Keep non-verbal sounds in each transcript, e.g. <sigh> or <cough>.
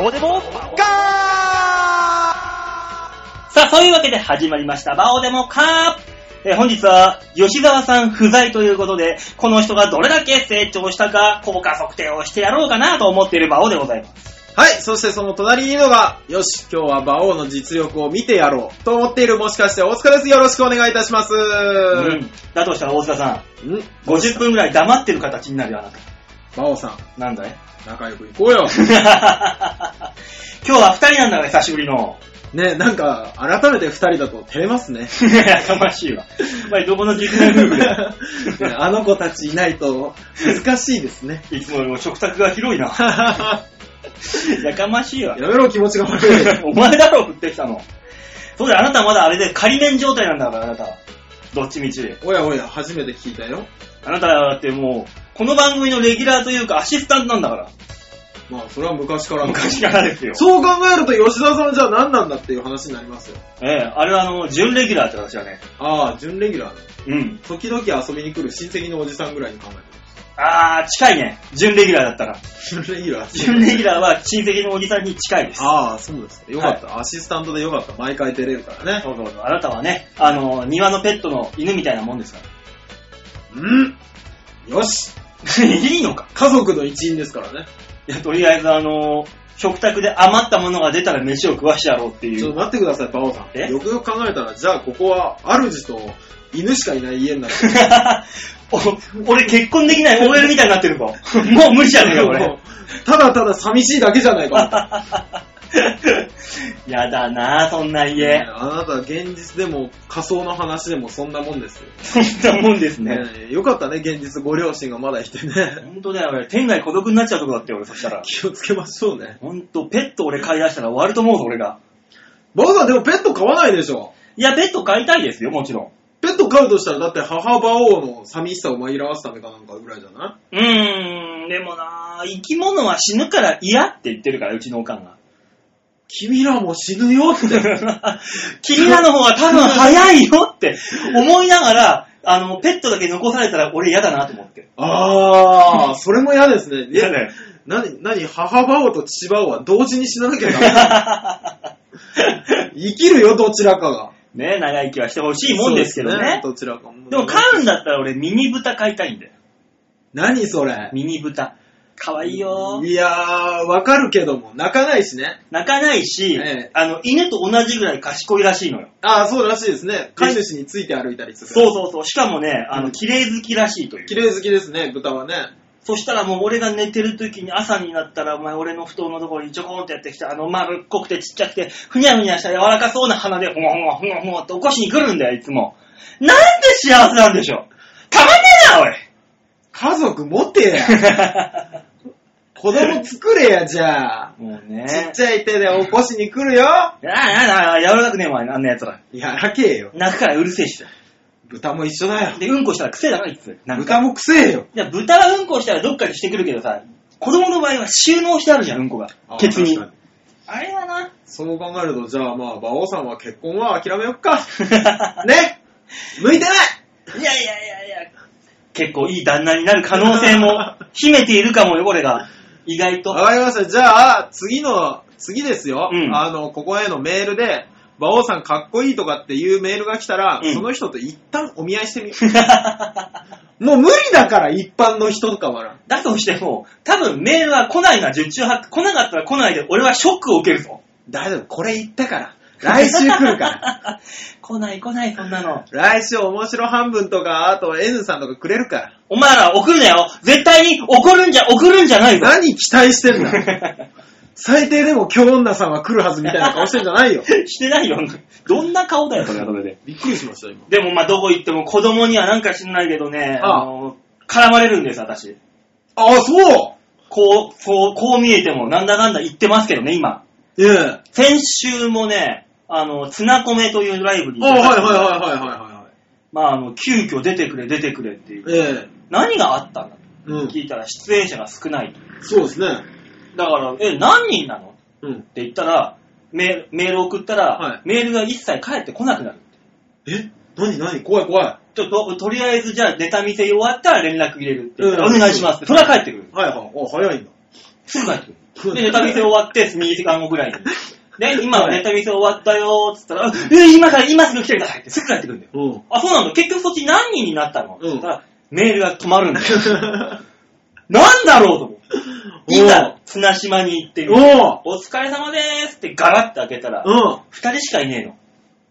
オデモガーさあ、そういうわけで始まりました。バオデモカーえー本日は吉沢さん不在ということで、この人がどれだけ成長したか、効果測定をしてやろうかなと思っているバオでございます。はい、そしてその隣にいるのが、よし、今日は馬王の実力を見てやろうと思っているもしかして大塚です。よろしくお願いいたします。うん。だとしたら大塚さん、うん。 50分ぐらい黙ってる形になるよ、あなた。馬王さん、なんだい <laughs> 仲良く行こうよ。今日は二人なんだから久しぶりの。ね、なんか、改めて二人だと照れます <laughs> ね。やかましいわ。お前どこの実年夫婦だよ。ねあの子たちいないと難しいです <laughs> ね。いつもよりも食卓が広いな。<laughs> ややかま <laughs> しいわ。めろ、気持ちが悪い。お前だろ、振ってきたの。そうだよ、あなたまだあれで仮面状態なんだから、あなたは。どっちみち。 <laughs> おやおや、初めて聞いたよ。あなただってもう、この番組のレギュラーというかアシスタントなんだか。まあ、それは昔からら。昔からですよ。そう考えると吉田さんじゃあ何なんだっていう話になりますよ。ええ、あれはあの、準レギュラーって話だね。ああ、準レギュラーね。うん。時々遊びに来る親戚のおじさんぐらいに考えてあー、近いね。準レギュラーだったら。ます。準レギュラー準レギュラーは親戚のおじさんに近いです。ああ、そうですね。よかった、アシスタントでよかった。毎回出れるからね。そうそうそう。あなたはね、あの、庭のペットの犬みたいなもんですかうんよしら。 <laughs> いいのか家族の一員ですからね。いや、とりあえずあのー食卓で余ったものが出たら飯を食わしてやろうっていちょっう。と待ってください、バオさん。えよくよく考えたら、じゃあここは、主と犬しかいない家 <laughs> になる。お俺結婚できない OL みたいになって <laughs> るぞ。もう無理じゃねえか、こもれう。ただただ寂しいだけじゃないか。 <laughs> やだなぁ、そんな <laughs> ね家。あなた、現実でも仮想の話でもそんなもんですよ。そんなもんですね。ねえよかったね、現実ご両親がまだいてね。 <laughs> 本当だよ、俺。天外孤独になっちゃうとこだって、俺、そしたら。気をつけましょうね。ほんと、ペット俺飼い出したら終わると思うぞ、俺が。バオさん、でもペット飼わないでしょ。いや、ペット飼いたいですよ、もちろん。ペット飼うとしたら、だって母馬王の寂しさを紛らわすためかなんかぐらいじゃないうーん、でもなぁ、生き物は死ぬから嫌って言ってるから、うちのおかんが。 <laughs> 君らも死ぬよって。君らの方が多分早いよって思いながら、あの、ペットだけ残されたら俺嫌だなと思って。あー、それも嫌です <laughs> ね。嫌だよ。なに、なに、母馬王と父馬王は同時に死ななきゃダメ。 <laughs> 生きるよ、どちらかが。ね長生きはしてほしいもんですけどね。そうですどちらかも。でも飼うんだったら俺ミニ豚飼いたいんだよ。何それ。ミニ豚。かわいいよ。いやー、わかるけども、泣かないしね。泣かないし、ええあの、犬と同じぐらい賢いらしいのよ。あー、そうらしいですね。飼い主について歩いたりする。そうう。そうそう。しかもね、あの、綺麗好きらしいという綺。麗好きですね、豚はね。そしたらもう俺が寝てる時に朝になったらお前俺の布団のところにちょこんってやってきてあの丸っこくてちっちゃくてふにゃふにゃした柔らかそうな鼻でほわほわほわほわって起こしに来るんだよいつも。なんで幸せなんでしょうたまんね家族持てや。えな子供作れや、じゃあ。おい <laughs> もうちっね。ちゃい手で起こしに来るよ。やだやだや柔らかくねえお前あんなやつら。やらけえよ。泣くからうるせえし。豚も一緒だよ。で、うんこしたら癖だからいつ。なんか豚もくせえよ。いや豚はうんこしたらどっかでしてくるけどさ、子供の場合は収納してあるじゃん、うんこが。ケツに。あれは <laughs> な。そう考えると、じゃあまあ、馬王さんは結婚は諦めよっか。 <laughs> ね向いてないいやいやいやいや、結構いい旦那になる可能性も秘めているかもよ、これが。意外と。わかりました。じゃあ、次の、次ですよ。うんあの、ここへのメールで、馬王さんかっこいいとかっていうメールが来たら、うんその人と一旦お見合いしてみよう。もう無理だから、一般の人とかはな。 <laughs> だとしても、多分メールは来ないな、十中八九。来なかったら来ないで、俺はショックを受けるぞ。 <laughs> 大丈夫、これ言ったから。来週来るから。来ない来ない、そんなの。来週面白半分とか、あと N さんとかくれるから。お前ら送るなよ。絶対に怒るんじゃ、送るんじゃないぞ。何期待してんだ <laughs> 最低でも京女さんは来るはずみたいな顔してんじゃないよ。してないよ。どんな顔だよ、それはそれで。 <laughs> びっくりしました、今。でもまあ、どこ行っても子供にはなんか知んないけどね、あああの、絡まれるんです、私。ああ、そうこう、こう、こう見えても、なんだかんだ言ってますけどね、今。ええ。先週もね、あの、ツナコメというライブにああ、はいはいはいはいはいはまあ、あの、急遽出てくれ、出てくれっていう。い。ええ。何があったんだうとん。聞いたら、出演者が少ないと。そうですね。だから、え、何人なのっうん。て言ったら、メール、メール送ったら、はいメールが一切返ってこなくなる。え何何怖い怖い。ちょっと、とりあえず、じゃあ、ネタ見せ終わったら連絡入れるって言ったらうんお願いしますって。それは返ってくる。はいはい。あ、早いんだ。すぐ帰ってくる。来で、るネタ見せ終わって、2時間後ぐらいに。で、今ネタ見せ終わったよーっつったら、え、今から、今すぐ来てくださいって、すぐ帰ってくるんだよ。 <laughs> <laughs> うん。あ、そうなんだ。結局そっち何人になったのって言ったら、メールが止まるんだよ。なんだろうと思って。いざ、綱島に行ってみておお疲れ様でーすってガラッて開けたら、おうん。二人しかいねえの。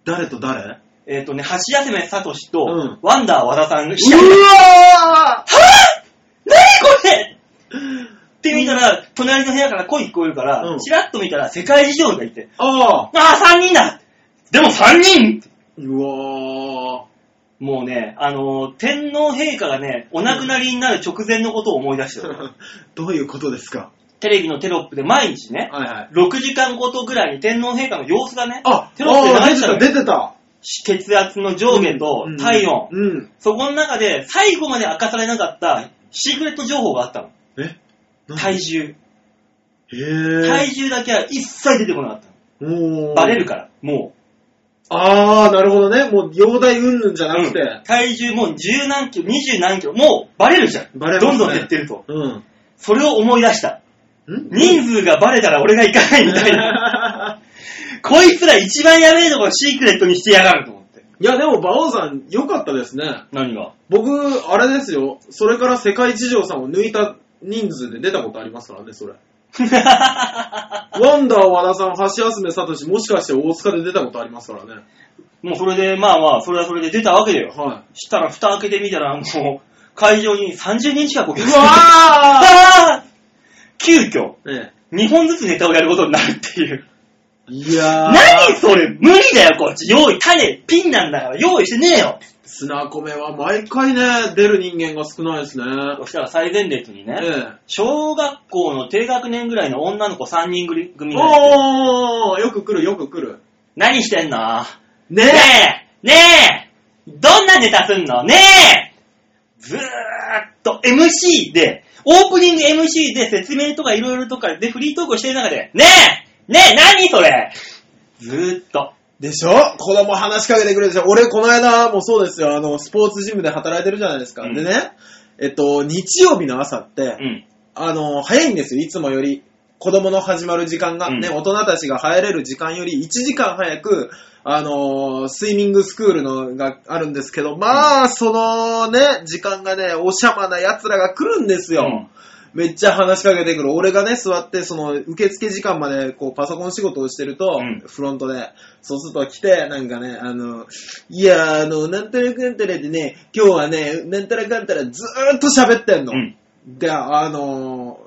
誰と誰えっ、とね、橋休めさとしと、うんワンダー和田さんがしかいないうわー何これって見たら、隣の部屋から声聞こえるから、うんチラッと見たら世界事情がいて、ああああ、3人だでも3人うわもうね、あのー天皇陛下がね、お亡くなりになる直前のことを思い出してる。 <laughs> ーどういうことですかテレビのテロップで毎日ね、はいはい。 6時間ごとぐらいに天皇陛下の様子がね、あ、テロップであー流出しててたた、のよ出てた。血圧の上下と体温、うん。うんそこの中で最後まで明かされなかったシークレット情報があったの。え何体重。へぇ体重だけは一切出てこなかったおの。ーバレるから、もあー、なるほどね。もう、容体うんぬんじゃう。なくて。うん体重もう十何キロ、二十何キロ、もうバレるじゃん。バレますねどんどん減ってると。うん。それを思い出した。ん人数がバレたら俺が行かないみたいな。 <laughs> こいつら一番やべえところシークレットにしてやがると思って。いや、でも、馬王さん、良かったですね。何が僕、あれですよ。それから世界一上さんを抜いた人数で出たことありますからね、それ。ワンダー和田さん、橋休めさとし、もしかして大塚で出たことありますからね。もうそれで、まあまあ、それはそれで出たわけだよ。はしたら蓋開けてみたら、もう、会場に30人近くおい。客うさんがわあー <laughs> 急遽、ーね2本ずつネタをやることになるっていう。いやー。何それ無理だよ、こっち。用意、種、ピンなんだから用意してねえよ。砂米は毎回ね、出る人間が少ないですね。そしたら最前列にえね、小学校の低学年ぐらいの女の子3人組え。組がいて、おー、よく来る、よく来る。何してんのねねえ。えねえどんなネタすんのねえずーっと MC で、オープニング MC で説明とかいろいろとかでフリートークをしてる中で、ねえねえ何それずーっと。でしょ子供話しかけてくるでしょ俺、この間もそうですよ。あの、スポーツジムで働いてるじゃないですか。うんでね、えっと、日曜日の朝って、うん。あの、早いんですよ。いつもより。子供の始まる時間が、うんね、大人たちが入れる時間より1時間早く、あのースイミングスクールのがあるんですけど、まあ、そのね、時間がね、おしゃまな奴らが来るんですよ。うんめっちゃ話しかけてくる。俺がね、座って、その、受付時間まで、こう、パソコン仕事をしてると、うんフロントで、そうすると来て、なんかね、あの、いや、あの、なんたらかんたらでね、今日はね、なんたらかんたらずーっと喋ってんの。うんで、あの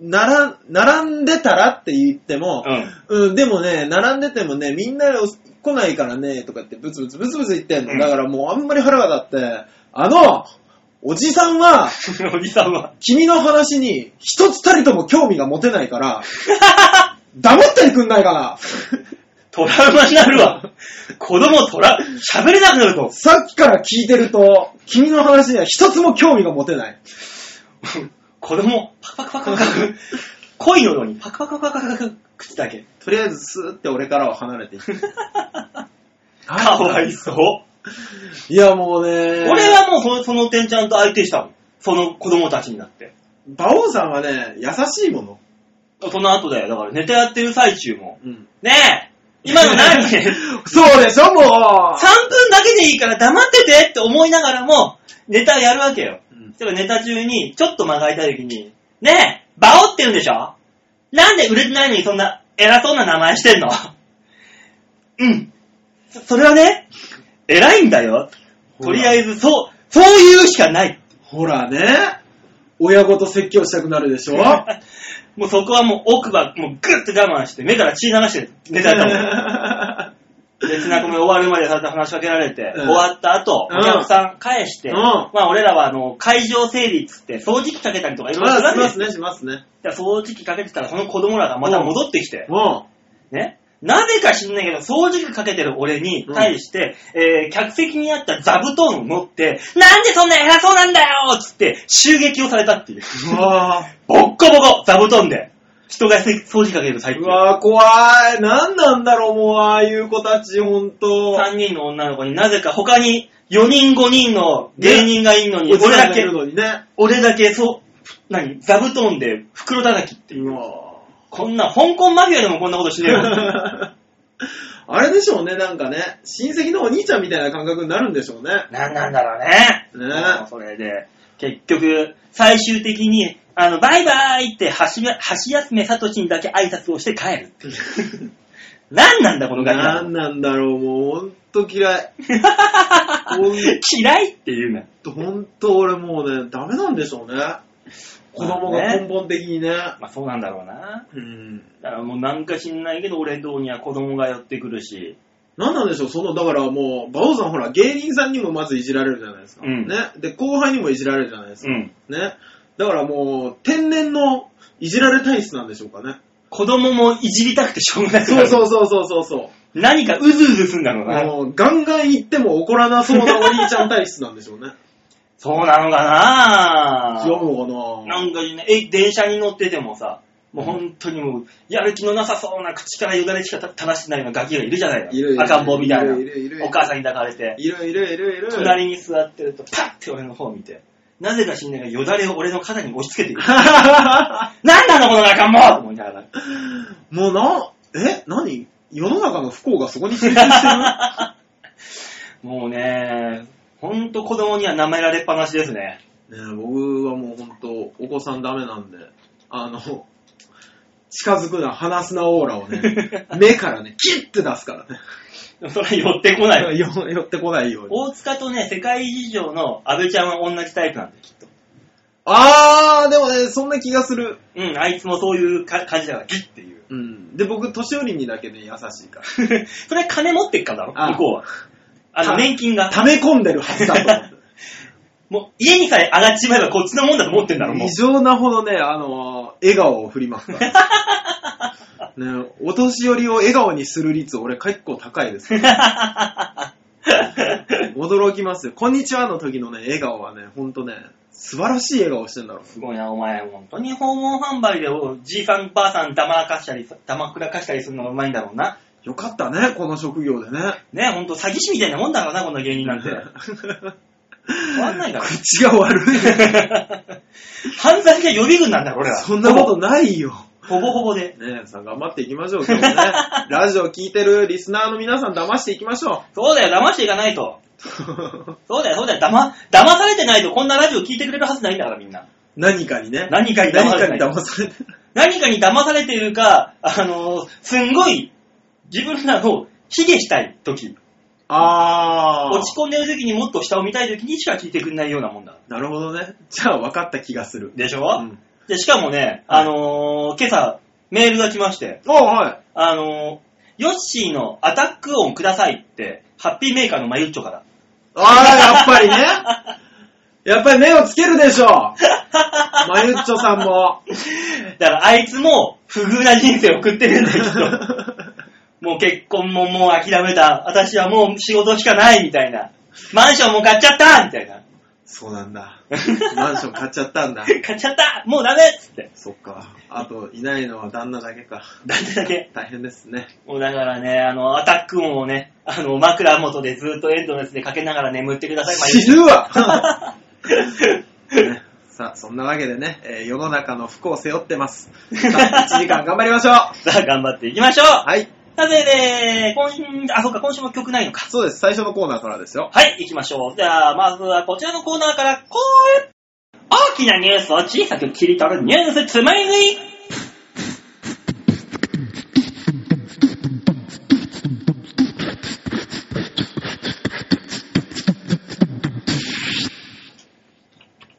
ー、なら、並んでたらって言っても、うん、でもね、並んでてもね、みんな来ないからね、とかってブツブツブツブツ言ってんの。うんだからもうあんまり腹が立って、あの、おじさんは、うん。おじさんは。君の話に一つたりとも興味が持てない <laughs> から、黙ってくんないかなトラウマになるわ。子供トラ、喋れなくなると。さっきから聞いてると、君の話には一つも興味が持てない。子供、パクパクパクパク。恋のようにパクパクパクパクパク、口だけ。とりあえずスーって俺 <laughs> からは離れていく。かわいそう。いやもうね、俺はもうそのその点ちゃんと相手したもん。その子供たちになって。馬王さんはね、優しいもの。その後だよ。だからネタやってる最中も。うん。ねえ今の何 ?3 分 <laughs> そうでしょ、もだけでいいから黙っててって思いながらも、ネタやるわけよ。う。うん、例えばネタ中に、ちょっと間が空いた時に、ねえ、バオって言うんでしょなんで売れてないのにそんな偉そうな名前してんの <laughs> うん。そそれはね、偉いんだよ。とりあえず、そう、そういうしかない。ほらね、親子と説教したくなるでしょ <laughs> もうそこはもう奥歯、もうグッて我慢して、目から血流して寝ちゃったもん。で、つなこめ終わるまでされて話しかけられて、う終んわった後、うんお客さん返して、うんまあ俺らはあの、会場整理っつって掃除機かけたりとかいろいろするわけで <laughs> しますす。ね、しますね。だから掃除機かけてたらその子供らがまた戻ってきて、もね。なぜか知んないけど、掃除機かけてる俺に対して、えー、客席にあった座布団を持って、なんでそんな偉そうなんだよつって、襲撃をされたっていう。う。うわぁ。ボッコボコ座布団で。人が掃除機かける最う中。わぁ、怖い。なんなんだろう、もう、ああいう子たち、ほんと。 3人の女の子になぜか他に4人5人の芸人がいるのに、おじ俺さんだがいける、のにね。俺だけそう、何座布団で袋叩きっていう。うわこんな、香港マフィアでもこんなことしてるよ。 <laughs> ぁあれでしょうね、なんかね、親戚のお兄ちゃんみたいな感覚になるんでしょうね。なんなんだろうね。ねもうそれで、結局、最終的に、あの、バイバイって橋や、橋休めさとしにだけ挨拶をして帰るっていう。 <laughs> なんなんだ、このガキなは。んなんだろう、もう、ほんと嫌い。ほん嫌いっていうね。と、ほんと俺もうね、ダメなんでしょうね。子供が根本的にね。まあそうなんだろうな。うん。だからもうなんか知んないけど、俺どうには子供が寄ってくるし。なんなんでしょう、その、だからもう、馬王さんほら、芸人さんにもまずいじられるじゃないですか。うんね。で、後輩にもいじられるじゃないでうすか。ん。ね。だからもう、天然のいじられ体質なんでしょうかね。子供もいじりたくてしょうがない。 <laughs> そうう。そうそうそうそうそう。何かうずうずすんだろうな。もう、ガンガン行っても怒らなそうなお兄ちゃん体質なんでしょ <laughs> うね。そうなのかな違うのかななんかね、え、電車に乗っててもさ、もう本当にもう、やる気のなさそうな口からよだれしか垂らしてないようなガキがいるじゃないの。いるいる赤ん坊みたいな。いるいるいるお母さんに抱かれて、いるいるいるいる。隣に座ってると、パッて俺の方を見て、なぜか知んないがよだれを俺の肩に押し付けて <laughs> くる。なんなのこの赤ん坊と思いながら。もうな、え何世の中の不幸がそこに集中して <laughs> るもうね、ほんと子供には舐められっぱなしですね。ねえ僕はもう本当お子さんダメなんで、あの、近づくな、離すなオーラ <laughs> をね、目からね、キッて出すからね。でもそれは寄ってこないよ。 <laughs> よ寄ってこないように。大塚とね、世界以上の安倍ちゃんは同じタイプなんで、きっと。あー、でもね、そんな気がする。うん、あいつもそういうか感じだから、ギッっていう。うん。で、僕、年寄りにだけね、優しいか <laughs> それは金持ってっからだろ、ああ向こうは。あの、た年金ら。が。溜め込んでるはずだと思って。もう、家にさえ上がっちまえばこっちのもんだと思ってんだろ、もう異。常なほどね、あのー笑顔を振りま <laughs> すから。ね、お年寄りを笑顔にする率、俺結構高 <laughs> いですから。驚きますよ。こんにちはの時のね、笑顔はね、ほんとね、素晴らしい笑顔してんだろう。すごいな、お前。本当に訪問販売で、おじいさん、ばあさん、黙らかしたり、黙らかしたりするのがうまいんだろうな。よかったね、この職業でね。ね、ほんと、詐欺師みたいなもんだろうな、この芸人なんて。変わんないだろ。 <laughs> 口が悪い。犯罪が予備軍なんだろ、俺ら。そんなことないよ。ほぼ。ほぼほぼで。ねえ、さん頑張っていきましょう、今 <laughs> 日もね。ラジオ聞いてるリスナーの皆さん騙していきましょそうだよ、騙していかないと。 <laughs> う。そうだよ、そうだよ、騙、騙されてないとこんなラジオ聞いてくれるはずないんだから、みんな。何かにね。何かに騙何されかてない。に騙されてる。何かに騙されているか、あのーすんごい、自分らの卑下したい時、あー。落ち込んでる時にもっと下を見たい時にしか聞いてくれないようなもんだ。なるほどね。じゃあ分かった気がする。でしょ、うん。で、しかもね、あのー今朝、メールが来まして、あはい。あのーヨッシーのアタック音くださいって、ハッピーメーカーのマユッチョから。ああ、 <laughs> やっぱりね。やっぱり目をつけるでし <laughs> ょう。マユッチョさんも。だからあいつも不遇な人生を送ってるんだけ <laughs> ど、もう結婚ももう諦めた、私はもう仕事しかないみたいな、マンションも買っちゃったみたいな。そうなんだ。マンション買っちゃったんだ。買っちゃったもうダメっつって。そっか。あと、いないのは旦那だけか。だってだけ。大変ですね。もうだからね、あの、アタック音をね、あの、枕元でずっとエンドレスでかけながら眠ってください。 <laughs> 死ぬわねさあ、そんなわけでね、えー世の中の不幸を背負ってます。さあ、1時間頑張りましょう。さあ、頑張っていきましょうはい。さてで、今週、あ、そっか、今週も曲ないのか。そうです。最初のコーナーからですよ。はい、行きましょう。じゃあ、まずはこちらのコーナーから、これ大きなニュースを小さく切り取るニュースつまみ食い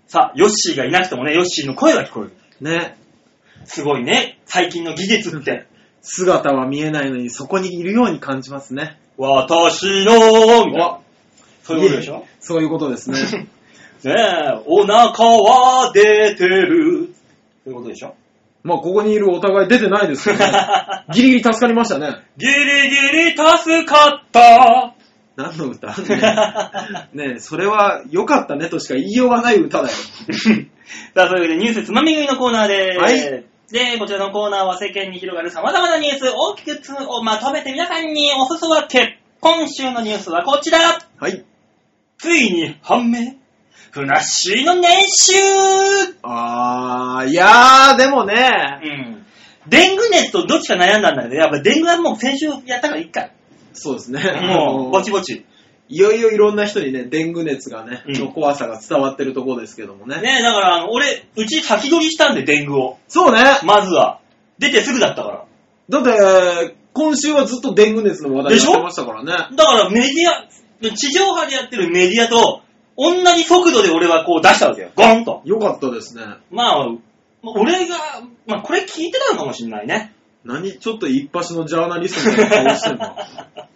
さあ、ヨッシーがいなくてもね、ヨッシーの声が聞こえる。ね。すごいね、最近の技術って。姿は見えないのに、そこにいるように感じますね。私のみたいなおそういうことでしょそういうことですね。 <laughs> ねえ、お腹は出てる。そういうことでしょまあ、ここにいるお互い出てないですけどね。ギリギリ助かりましたね。 <laughs> ギリギリ助か <laughs> った。何の歌ねえ、それは良かったねとしか言いようがない歌だよ。さあ、そういうわけでニュースつまみ食いのコーナーです。はいで、こちらのコーナーは世間に広がる様々なニュース、大きくつをまとめて皆さんにお裾分け。今週のニュースはこちら。はい。ついに判明ふなっしーの年収あー、いやー、でもね、うん。デング熱とどっちか悩んだんだけど、やっぱデングはもう先週やったからいいか。そうですね。もう、ぼちぼち。いよいよいろんな人にね、デング熱がね、うんの怖さが伝わってるところですけどもね。ねだからあの、俺、うち先取りしたんで、デングを。そうね。まずは。出てすぐだったから。だって、今週はずっとデング熱の話題でにしょなってましたからね。だからメディア、地上波でやってるメディアと、同じ速度で俺はこう出したわけよ。ゴンと。よかったですね。まあ、俺が、まあこれ聞いてたのかもしれないね。何ちょっと一発のジャーナリストみたいな顔してんの <laughs>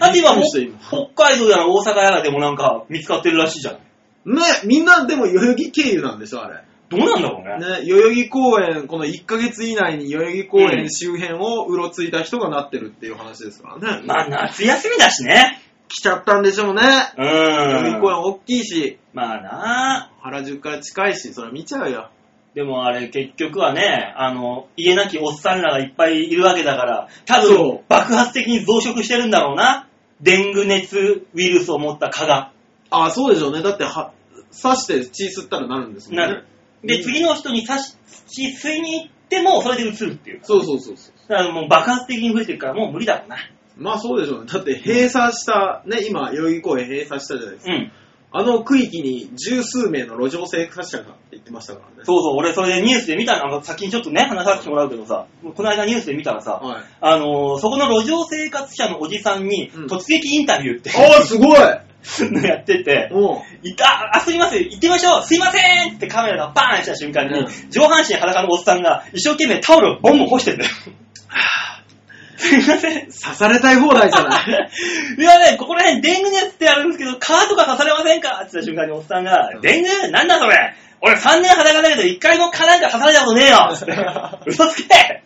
だって今びもう、っくりした北海道やら大阪やらでもなんか見つかってるらしいじゃん。ね、みんなでも代々木経由なんでしょ、あれ。どうなんだろうね。ね、代々木公園、この1ヶ月以内に代々木公う園ん周辺をうろついた人がなってるっていう話ですからね。まあ夏休みだしね。来ちゃったんでしょうね。う代々木公園ん。大きいし、まあなあ。原宿から近いし、それは見ちゃうよ。でもあれ結局はね、あの、家なきおっさんらがいっぱいいるわけだから、多そう分爆発的に増殖してるんだろうな。デング熱ウイルスを持った蚊が。ああ、そうでしょうね。だっては、刺して血吸ったらなるんですもんね。なる。で、うん次の人に刺し、吸いに行っても、それで移るっていう。そうそうそうそう。だからもう爆発的に増えてるから、もう無理だろうな。まあそうでしょうね。だって閉鎖した、ね、今、代々木公園閉鎖したじゃないですうか。ん。あの区域に十数名の路上生活者がって言ってましたからね。そうそう、俺それでニュースで見たの、先にちょっとね、話させてもらうけどさ、この間ニュースで見たらさ、はい。あのーそこの路上生活者のおじさんにうん突撃インタビューって、 <laughs> ああ、すごいやってて、うん。いた、あ、すいません、行ってみましょう、すいませんってカメラがバーンした瞬間に、うん上半身裸のおっさんが一生懸命タオルをボンボン干してんだよ。すいません。刺されたい放題じゃ <laughs> ない。いやね、ここら辺デング熱ってあるんですけど、蚊とか刺されませんかって言った瞬間におっさんが、うんデングなんだそれ俺3年裸だけど1回も蚊なんか刺されたことねえよつって嘘つけ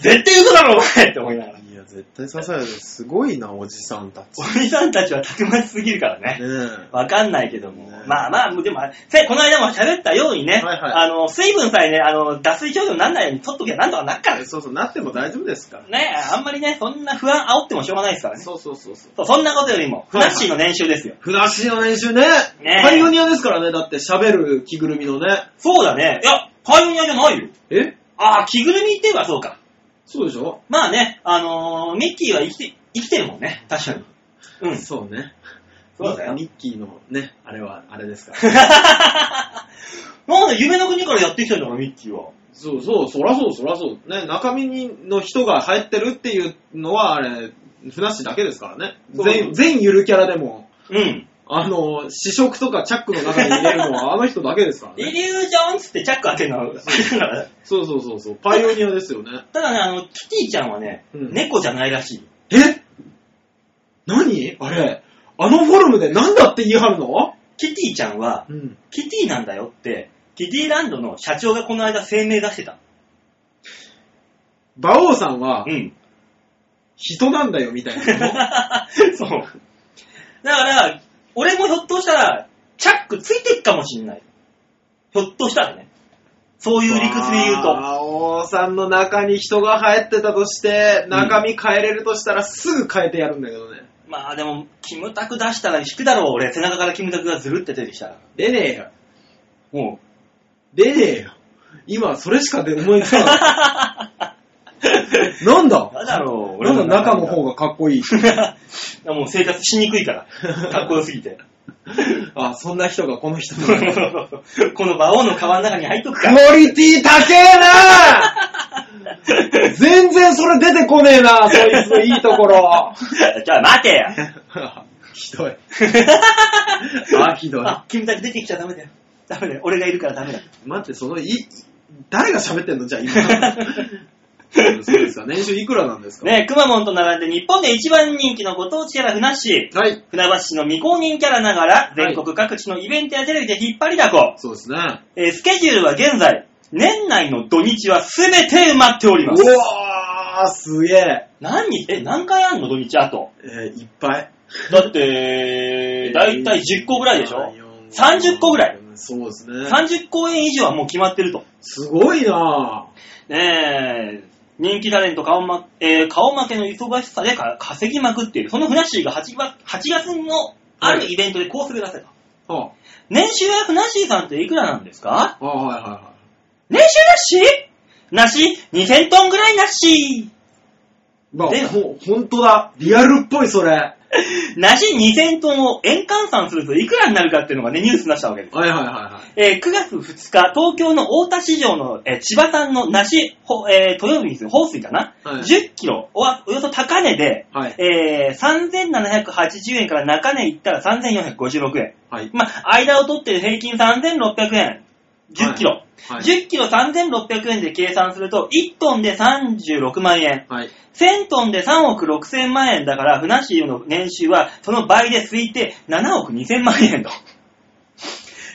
絶対嘘だろお前って思いながら。いや、絶対刺される。すごいな、おじさんたち。おじさんたちはたくましすぎるからね。ねえ。わかんないけどもね。まあまあ、でも、せこの間も喋ったようにね、はいはいあの、水分さえね、あの、脱水症状にならないように取っときゃなんとかなっからです。そうそう、なっても大丈夫ですから。ね、あんまりね、そんな不安煽ってもしょうがないですからね。そうそうそうそう。そうそんなことよりも、はフいはラいッシーの年収ですよ。ふなっしーの練習ね。ねえパイオニアですからね、だって喋る着ぐるみのね。そうだね。いや、パイオニアじゃないよ。えああ、着ぐるみっていうかそうか。そうでしょまあね、あのーミッキーは生きて、生きてるもんね。確かに。うん。そうね。そうだよミッキーのね、あれは、あれですから。なんで夢の国からやってきたんだから、ミッキーは。そうそう、そらそう、そらそう。ね、中身の人が入ってるっていうのは、あれ、ふなっしーだけですからね。そう全、全ゆるキャラでも、うん。あの、試食とかチャックの中に入れるの <laughs> はあの人だけですからイね。リュージョンっつってチャック開けるのは、だからそうそうそうそう、パイオニアですよね。 <laughs> ただね、あの、キティちゃんはね、うん猫じゃないらしい。 <laughs> え何あれ、あのフォルムでなんだって言い張るのキティちゃんは、うん。キティなんだよって、キティランドの社長がこの間声明出してた。馬王さんは <laughs> うん。人なんだよみたい <laughs> な。そう。だから、俺もひょっとしたら、チャックついてっかもしんない。ひょっとしたらね。そういう理屈で言うと。馬王さんの中に人が入ってたとして、中身変えれるとしたらすぐ変えてやるんだけどね。まあでも、キムタク出したら引くだろう、俺。背中からキムタクがずるって出てきたら。出ねえよ。もう。<laughs> 出ねえよ。今、それしか出思 <laughs> いつかない。なんだやだろう、なんだ中の方が。がかっこいい。 <laughs> もう生活しにくいから。かっこよすぎ <laughs> て。 <laughs> <laughs> あ、そんな人がこの人そうの。そうそうこの馬王の皮の中に入っとくクか。オリティ高 <laughs> えな全然それ出てこねえな、そいつのいいところ。 <laughs> じゃあ待てや。ひどい。 <laughs> あ、ひどい。あ、 <laughs> 君たち出てきちゃダメだよ。ダメだよ。俺がいるからダメだ。待って、その、い、誰が喋ってんのじゃあ <laughs> 今。そうですか、年収いくらなんですかねえ、くまモンと並んで日本で一番人気のご当地キャラふなっしー。はい。船橋市の未公認キャラながら、はい全国各地のイベントやテレビで引っ張りだこ。そうですね。えースケジュールは現在、年内の土日は全て埋まっておりうます。わー、すげえ。何日、え、何回あんの土日あと。えーいっぱい。だ <laughs> って、だいたい10個ぐらいでしょ ?30 個ぐらい。そうですね。 ?30 公演以上はもう決まってると。すごいなねえ、人気タレント顔,、まえー顔負けの忙しさでか稼ぎまくっている。そのフラッシーが 8, 月8月のあるイベントでこう滑らせた。ぁ。は年収約なしさんっていくらなんですかあ、ああはいはいは年収なしなし ?2000 トンぐらいなしい。まあ、でほ、ほんとだ。リアルっぽい、それ。はいなし2000トンを円換算するといくらになるかっていうのがね、ニュースになしたわけです。はいはいはえー9月2日、東京の大田市場の、えー千葉産の梨、ほえー、豊水、豊水かな、はい10キロおわ、およそ高値で、い。はい。えー3780円から中値いったら3456円。はい。まあ、間を取って平均3600円。10キロ。はい。 10キロ3600円で計算すると、1トンで36万円。はい。 1000トンで3億6000万円だから、船市の年収はその倍で推定7億2000万円と。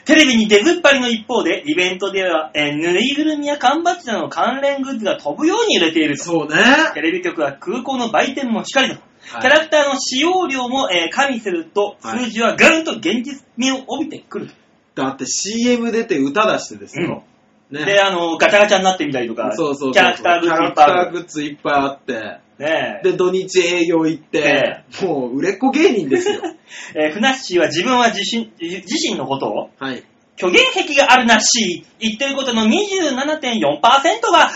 テレビに出ずっぱりの一方で、イベントでは、えーぬいぐるみや缶バッジなどの関連グッズが飛ぶように売れていると。そうね。テレビ局は空港の売店もしかりだと。はいキャラクターの使用量も、えー加味すると、はい数字はぐんと現実味を帯びてくると。だって CM 出て歌出してですよ。で、あの、ガチャガチャになってみたりとか、そうそうそうキャラクターグッズいっキぱいャラあクターる。グッズいっぱいあって。ねえで、土日営業行って、もう売れっ子芸人ですよ。えー、ふなっしーは自分は自身、自身のことを、はい。虚言癖があるなっしー、言ってることの27.4%は嘘なっ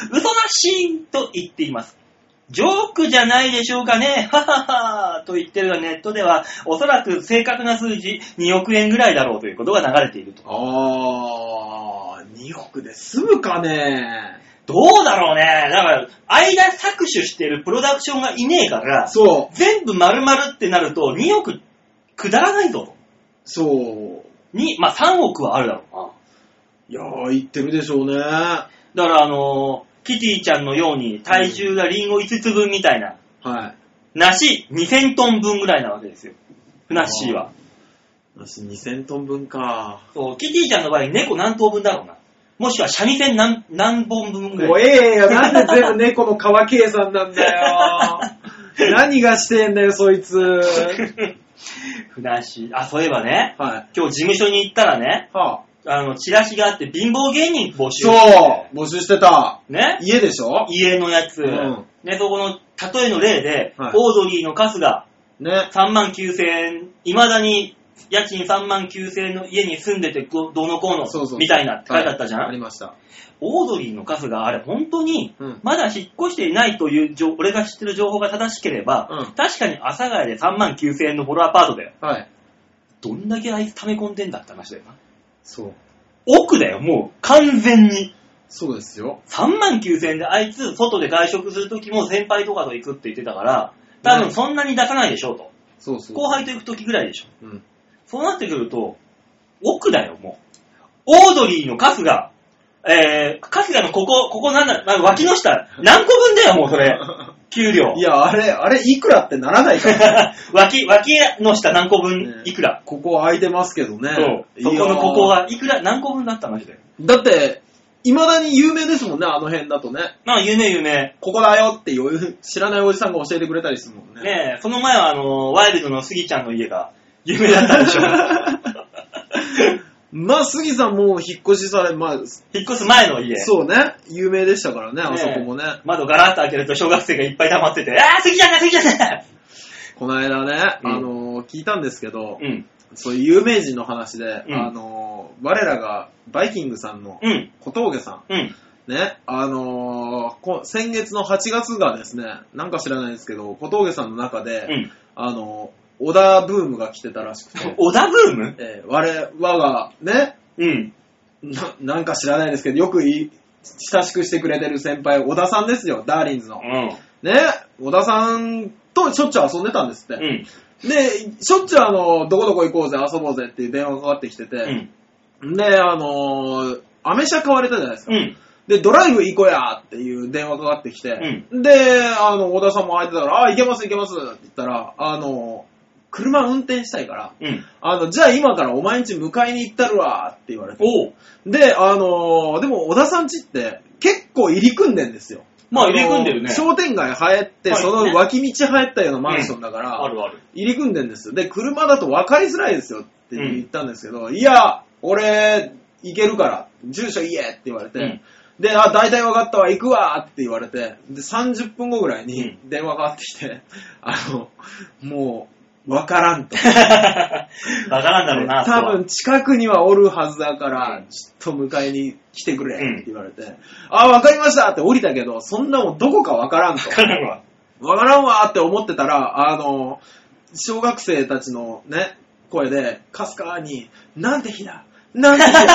しーと言っています。ジョークじゃないでしょうかね、はははと言ってるがネットでは、おそらく正確な数字2億円ぐらいだろうということが流れていると。あー、2億で済むかねどうだろうね。だから、間搾取してるプロダクションがいねえから、そう、全部丸々ってなると2億くだらないぞと。そう。に、まあ3億はあるだろうな。いやー、言ってるでしょうね。はだからあのーキティちゃんのように体重がリンゴ5つ分みたいな、い。梨2000トン分ぐらいなわけですよ。ふなっしーは。私2000トン分か。そう、キティちゃんの場合猫何頭分だろうな。もしくは三味線何何本分ぐ怖らい。えよ、なんで全部猫の皮計算なんだよ。 <laughs> 何がしてんだよ、そい <laughs> つ。はい。ふなっしー。あ、そういえばね、は今日事務所に行ったらね、あ、あの、チラシがあって貧乏芸人募集そうして、募集してた。ね、家でしょ家のやつ、うんね、そこの例えの例で、はいオードリーの春日、ね。 3万9000円、いまだに家賃3万9000円の家に住んでてどどうのこうのそうそうみたいなって書いてあったじゃん、はいありました。オードリーのカスがあれ本当にうんまだ引っ越していないという情俺が知ってる情報が正しければ、うん確かに阿佐ヶ谷で3万9000円のボロアパートだよ。はい。どんだけあいつ溜め込んでんだって話だよな。そう。奥だよ、もう完全に。そうですよ。 3万9000円であいつ外で外食するときも先輩とかと行くって言ってたから、多分そんなに出さないでしょうと。そうそう。後輩と行くときぐらいでしょ。うん。そうなってくると、奥だよ、もう。オードリーの春日、えー、春日のここ、ここなんだ、なんか脇の下、何個分だよ、もうそれ。給料い。や、あれ、あれ、いくらってならない <laughs> から。 <laughs> 脇、脇の下何個ね分、いくら。ここ空いてますけどね。そう。いやそーこのここはいくら、何個分だったのだよ。だって、未だに有名ですもんね、あの辺だとね。まあ、夢夢。ここだよっていう、知らないおじさんが教えてくれたりするもんね。ねえ、その前はあの、ワイルドのスギちゃんの家が、有名だった <laughs> でしょ。まあ、杉さんもう引っ越しされ、まあ、引っ越す前の家。そうね、有名でしたからねね、あそこもね。窓ガラッと開けると小学生がいっぱい溜まってて、あー、スギちゃんだ、スギちゃんだこの間ね、うんあのー聞いたんですけど、うん。そういう有名人の話で、うんあのー我らがバイキングさんのうん。小峠さん、うん。ね、あのーこ先月の8月がですね、なんか知らないですけど、小峠さんの中で、うん。あのー小田ブームが来てたらしく <laughs> て、小田ブームえー我、我が、ね、うん。ななんか知らないですけど、よくい親しくしてくれてる先輩、小田さんですよ、ダーリンズの。うん。ね、小田さんとしょっちゅう遊んでたんですって。うん。で、しょっちゅうあの、どこどこ行こうぜ、遊ぼうぜっていう電話がかかってきてうて、ん。で、あのーアメ車買われたじゃないですうか。ん。で、ドライブ行こうやっていう電話かかってきて、で、あの、小田さんも空いてたから、あ、行けます行けますって言ったら、あの、車運転したいから、うん。あの、じゃあ今からお前んち迎えに行ったるわって言われて。おう。で、あのーでも小田さんちって結構入り組んでんですよ。まあのー入り組んでるね商店街入って、はいその脇道入ったようなマンションだから、あるある。 <laughs> 入り組んでんですよ。で、車だと分かりづらいですよって言ったんですけど、いや、俺、行けるから、住所言えって言われて、うんで、あ、大体分かったわ、行くわって言われて、で、30分後ぐらいに電話がかかってきて、あの、もう、わからんと。わからんだろうな、多分近くにはおるはずだから、ちょっと迎えに来てくれうんって言われて、あ、わかりましたって降りたけど、そんなもんどこかわからんと <laughs> わ。からんわ。わからんわーって思ってたら、あの、小学生たちのね、声で、かすかに、なんて日だなんて日だ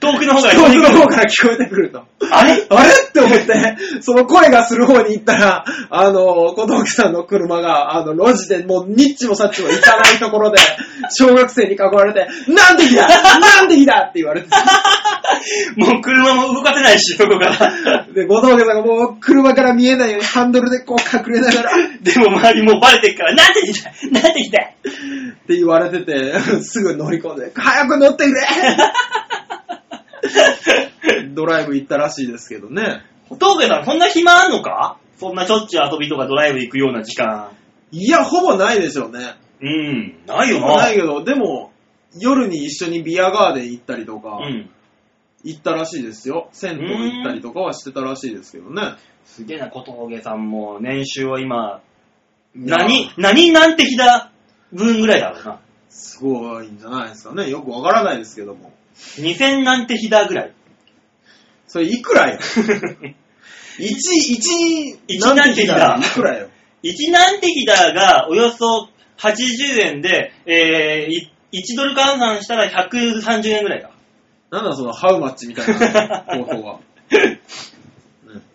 遠くの方が遠くの方から聞こえてくると。あれあれって思って、その声がする方に行ったら、あの、小峠さんの車が、あの、路地でもうニッチもサッチも行かないとこ <laughs> ろで、小学生に囲われて、なんて日だなんて日だって言われて、もう車も動かせないし、そこから。で、小峠さんがもう車から見えないようにハンドルでこう隠れながら、でも周りもうバレてるから、なんて来たなんて来たって言われてて、すぐ乗り込んで、早く乗って <laughs> くれドライブ行ったらしいですけどね。小峠さん、そんな暇あんのかそんなしょっちゅう遊びとかドライブ行くような時間。いや、ほぼないでしょうね。うん、ないほよぼな。ないけど、でも、夜に一緒にビアガーデン行ったりとか、うん。行ったらしいですよ。銭湯行ったりとかはしてたらしいですけどね。すげえな、小峠さんも、年収は今、いや何、何なんて日だ分ぐらいだろうな。すごいんじゃないですかね。よくわからないですけども。 2000なんて日だぐらい。それい <laughs> くらよ一、一、一なんて日だいくらよ。 1なんて日だが、およそ80円で、えー、1ドル換算したら130円ぐらいか。なんだそのハウマッチみたい <laughs> な方法は。ね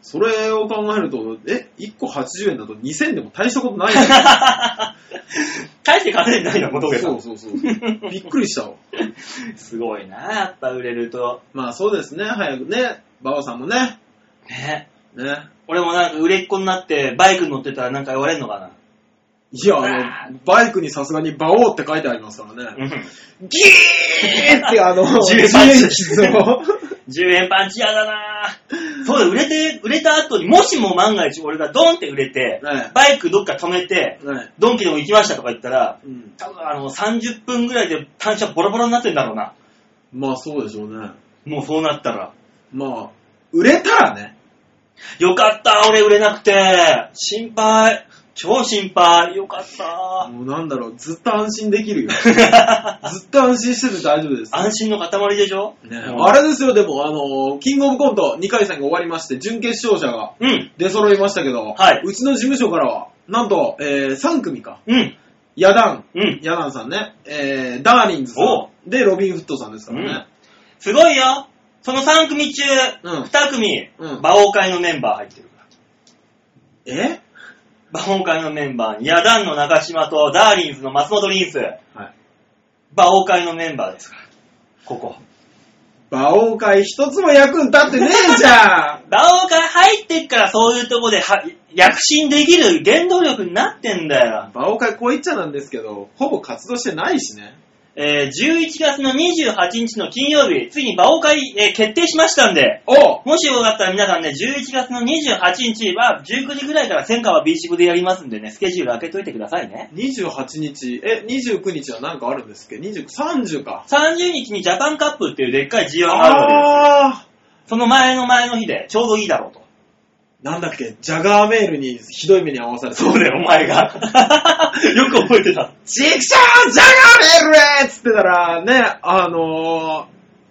それを考えると、え、1個80円だと2000でも大したことな <laughs> いよ大して稼いでないな、小峠さそんう。そうそう。びっくりしたわ。すごいな、やっぱ売れると。まあそうですね、早くね、バオさんもね、ね。ね。俺もなんか売れっ子になって、バイクに乗ってたらなんか言われんのかいや、ああの、バイクにさすがにバオって書いてありますからね。な。ギーってあの、自 <laughs> 自衛隊衛機の、 10円パンチやだなそうだ、売れて、売れた後に、もしも万が一俺がドンって売れて、ねバイクどっか止めて、ねドンキでも行きましたとか言ったら、うん、多分あの、30分ぐらいで単車ボロボロになってんだろうな。まあそうでしょうね。もうそうなったら。まあ、売れたらね、よかった、俺売れなくて。心配。超心配。よかった。もうなんだろう、ずっと安心でき <laughs> るよ。ずっと安心してて大丈夫です。安心の塊でしょね、もうあれですよ、でも、あのーキングオブコント2回戦が終わりまして、準決勝者がうん。出揃いましたけど、はいうちの事務所からは、なんと、え3組か。うん。ヤダン、うん。ヤダンさんね、えーダーリンズさおん、で、ロビン・フットさんですからね。すごいよ。その3組中、うん2組、うん馬王会のメンバー入ってるから。え馬王会のメンバーに、ヤダンの中島とダーリンズの松本リンス。はい。馬王会のメンバーですから。ここ。馬王会一つも役に立ってねえじゃん馬王会入ってっからそういうとこでは躍進できる原動力になってんだよ。馬王会こう言っちゃなんですけど、ほぼ活動してないしね。えー11月の28日の金曜日、ついに馬王会、えー決定しましたんで、おもしよかったら皆さんね、11月の28日は19時ぐらいから千川ビーチ部でやりますんでね、スケジュール開けといてくださいね。 28日、え、29日は何かあるんですっけ ?29、30か。 30日にジャパンカップっていうでっかい G1 があるわけであーす。その前の前の日でちょうどいいだろうと。なんだっけ、ジャガーメールにひどい目に遭わされた。そうだよ、お前が。 <laughs> よく覚えてた。チクショージャガーメールっつってたら、ね、あのー、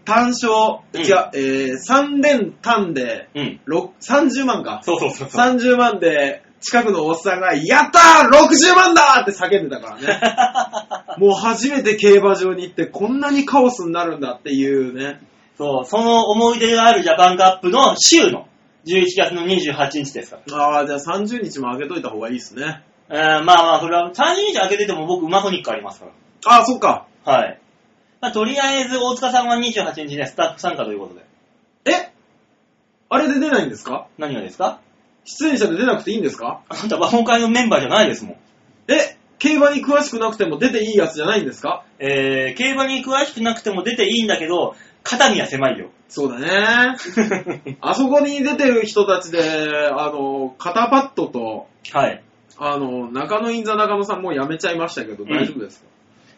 単勝、うん違う、えー、3連単で、うん。ろ30万か。そうそうそうそう。 30万で、近くのおっさんが、やったー !60 万だって叫んで <laughs> たからね。もう初めて競馬場に行って、こんなにカオスになるんだっていうね。 <laughs> そう、その思い出があるジャパンカップの週の11月の28日ですから。ああ、じゃあ30日も開けといた方がいいですね。えーまあまあ、それは30日開けてても僕、馬ソニックありますかああ、そっか。ら。はい。まあ、とりあえず、大塚さんは28日ね、スタッフ参加ということで。えあれで出ないんですか何がですか <laughs> 出演者で出なくていいんですかあなた、馬本会のメンバーじゃないですもん。え競馬に詳しくなくても出ていいやつじゃないんですかえー、競馬に詳しくなくても出ていいんだけど、肩身は狭いよ。 <laughs> そうだね。あそこに出てる人たちで、あの、肩パッドと、はい。あの、中野インザ中野さんもうやめちゃいましたけど、うん大丈夫ですか、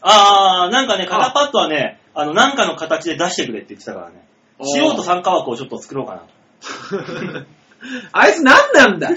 あー、なんかね、肩パッドはね、あの、なんかの形で出してくれって言ってたからね。あー素人参加枠をちょっと作ろうかなと。 <laughs> あいつ何なんだ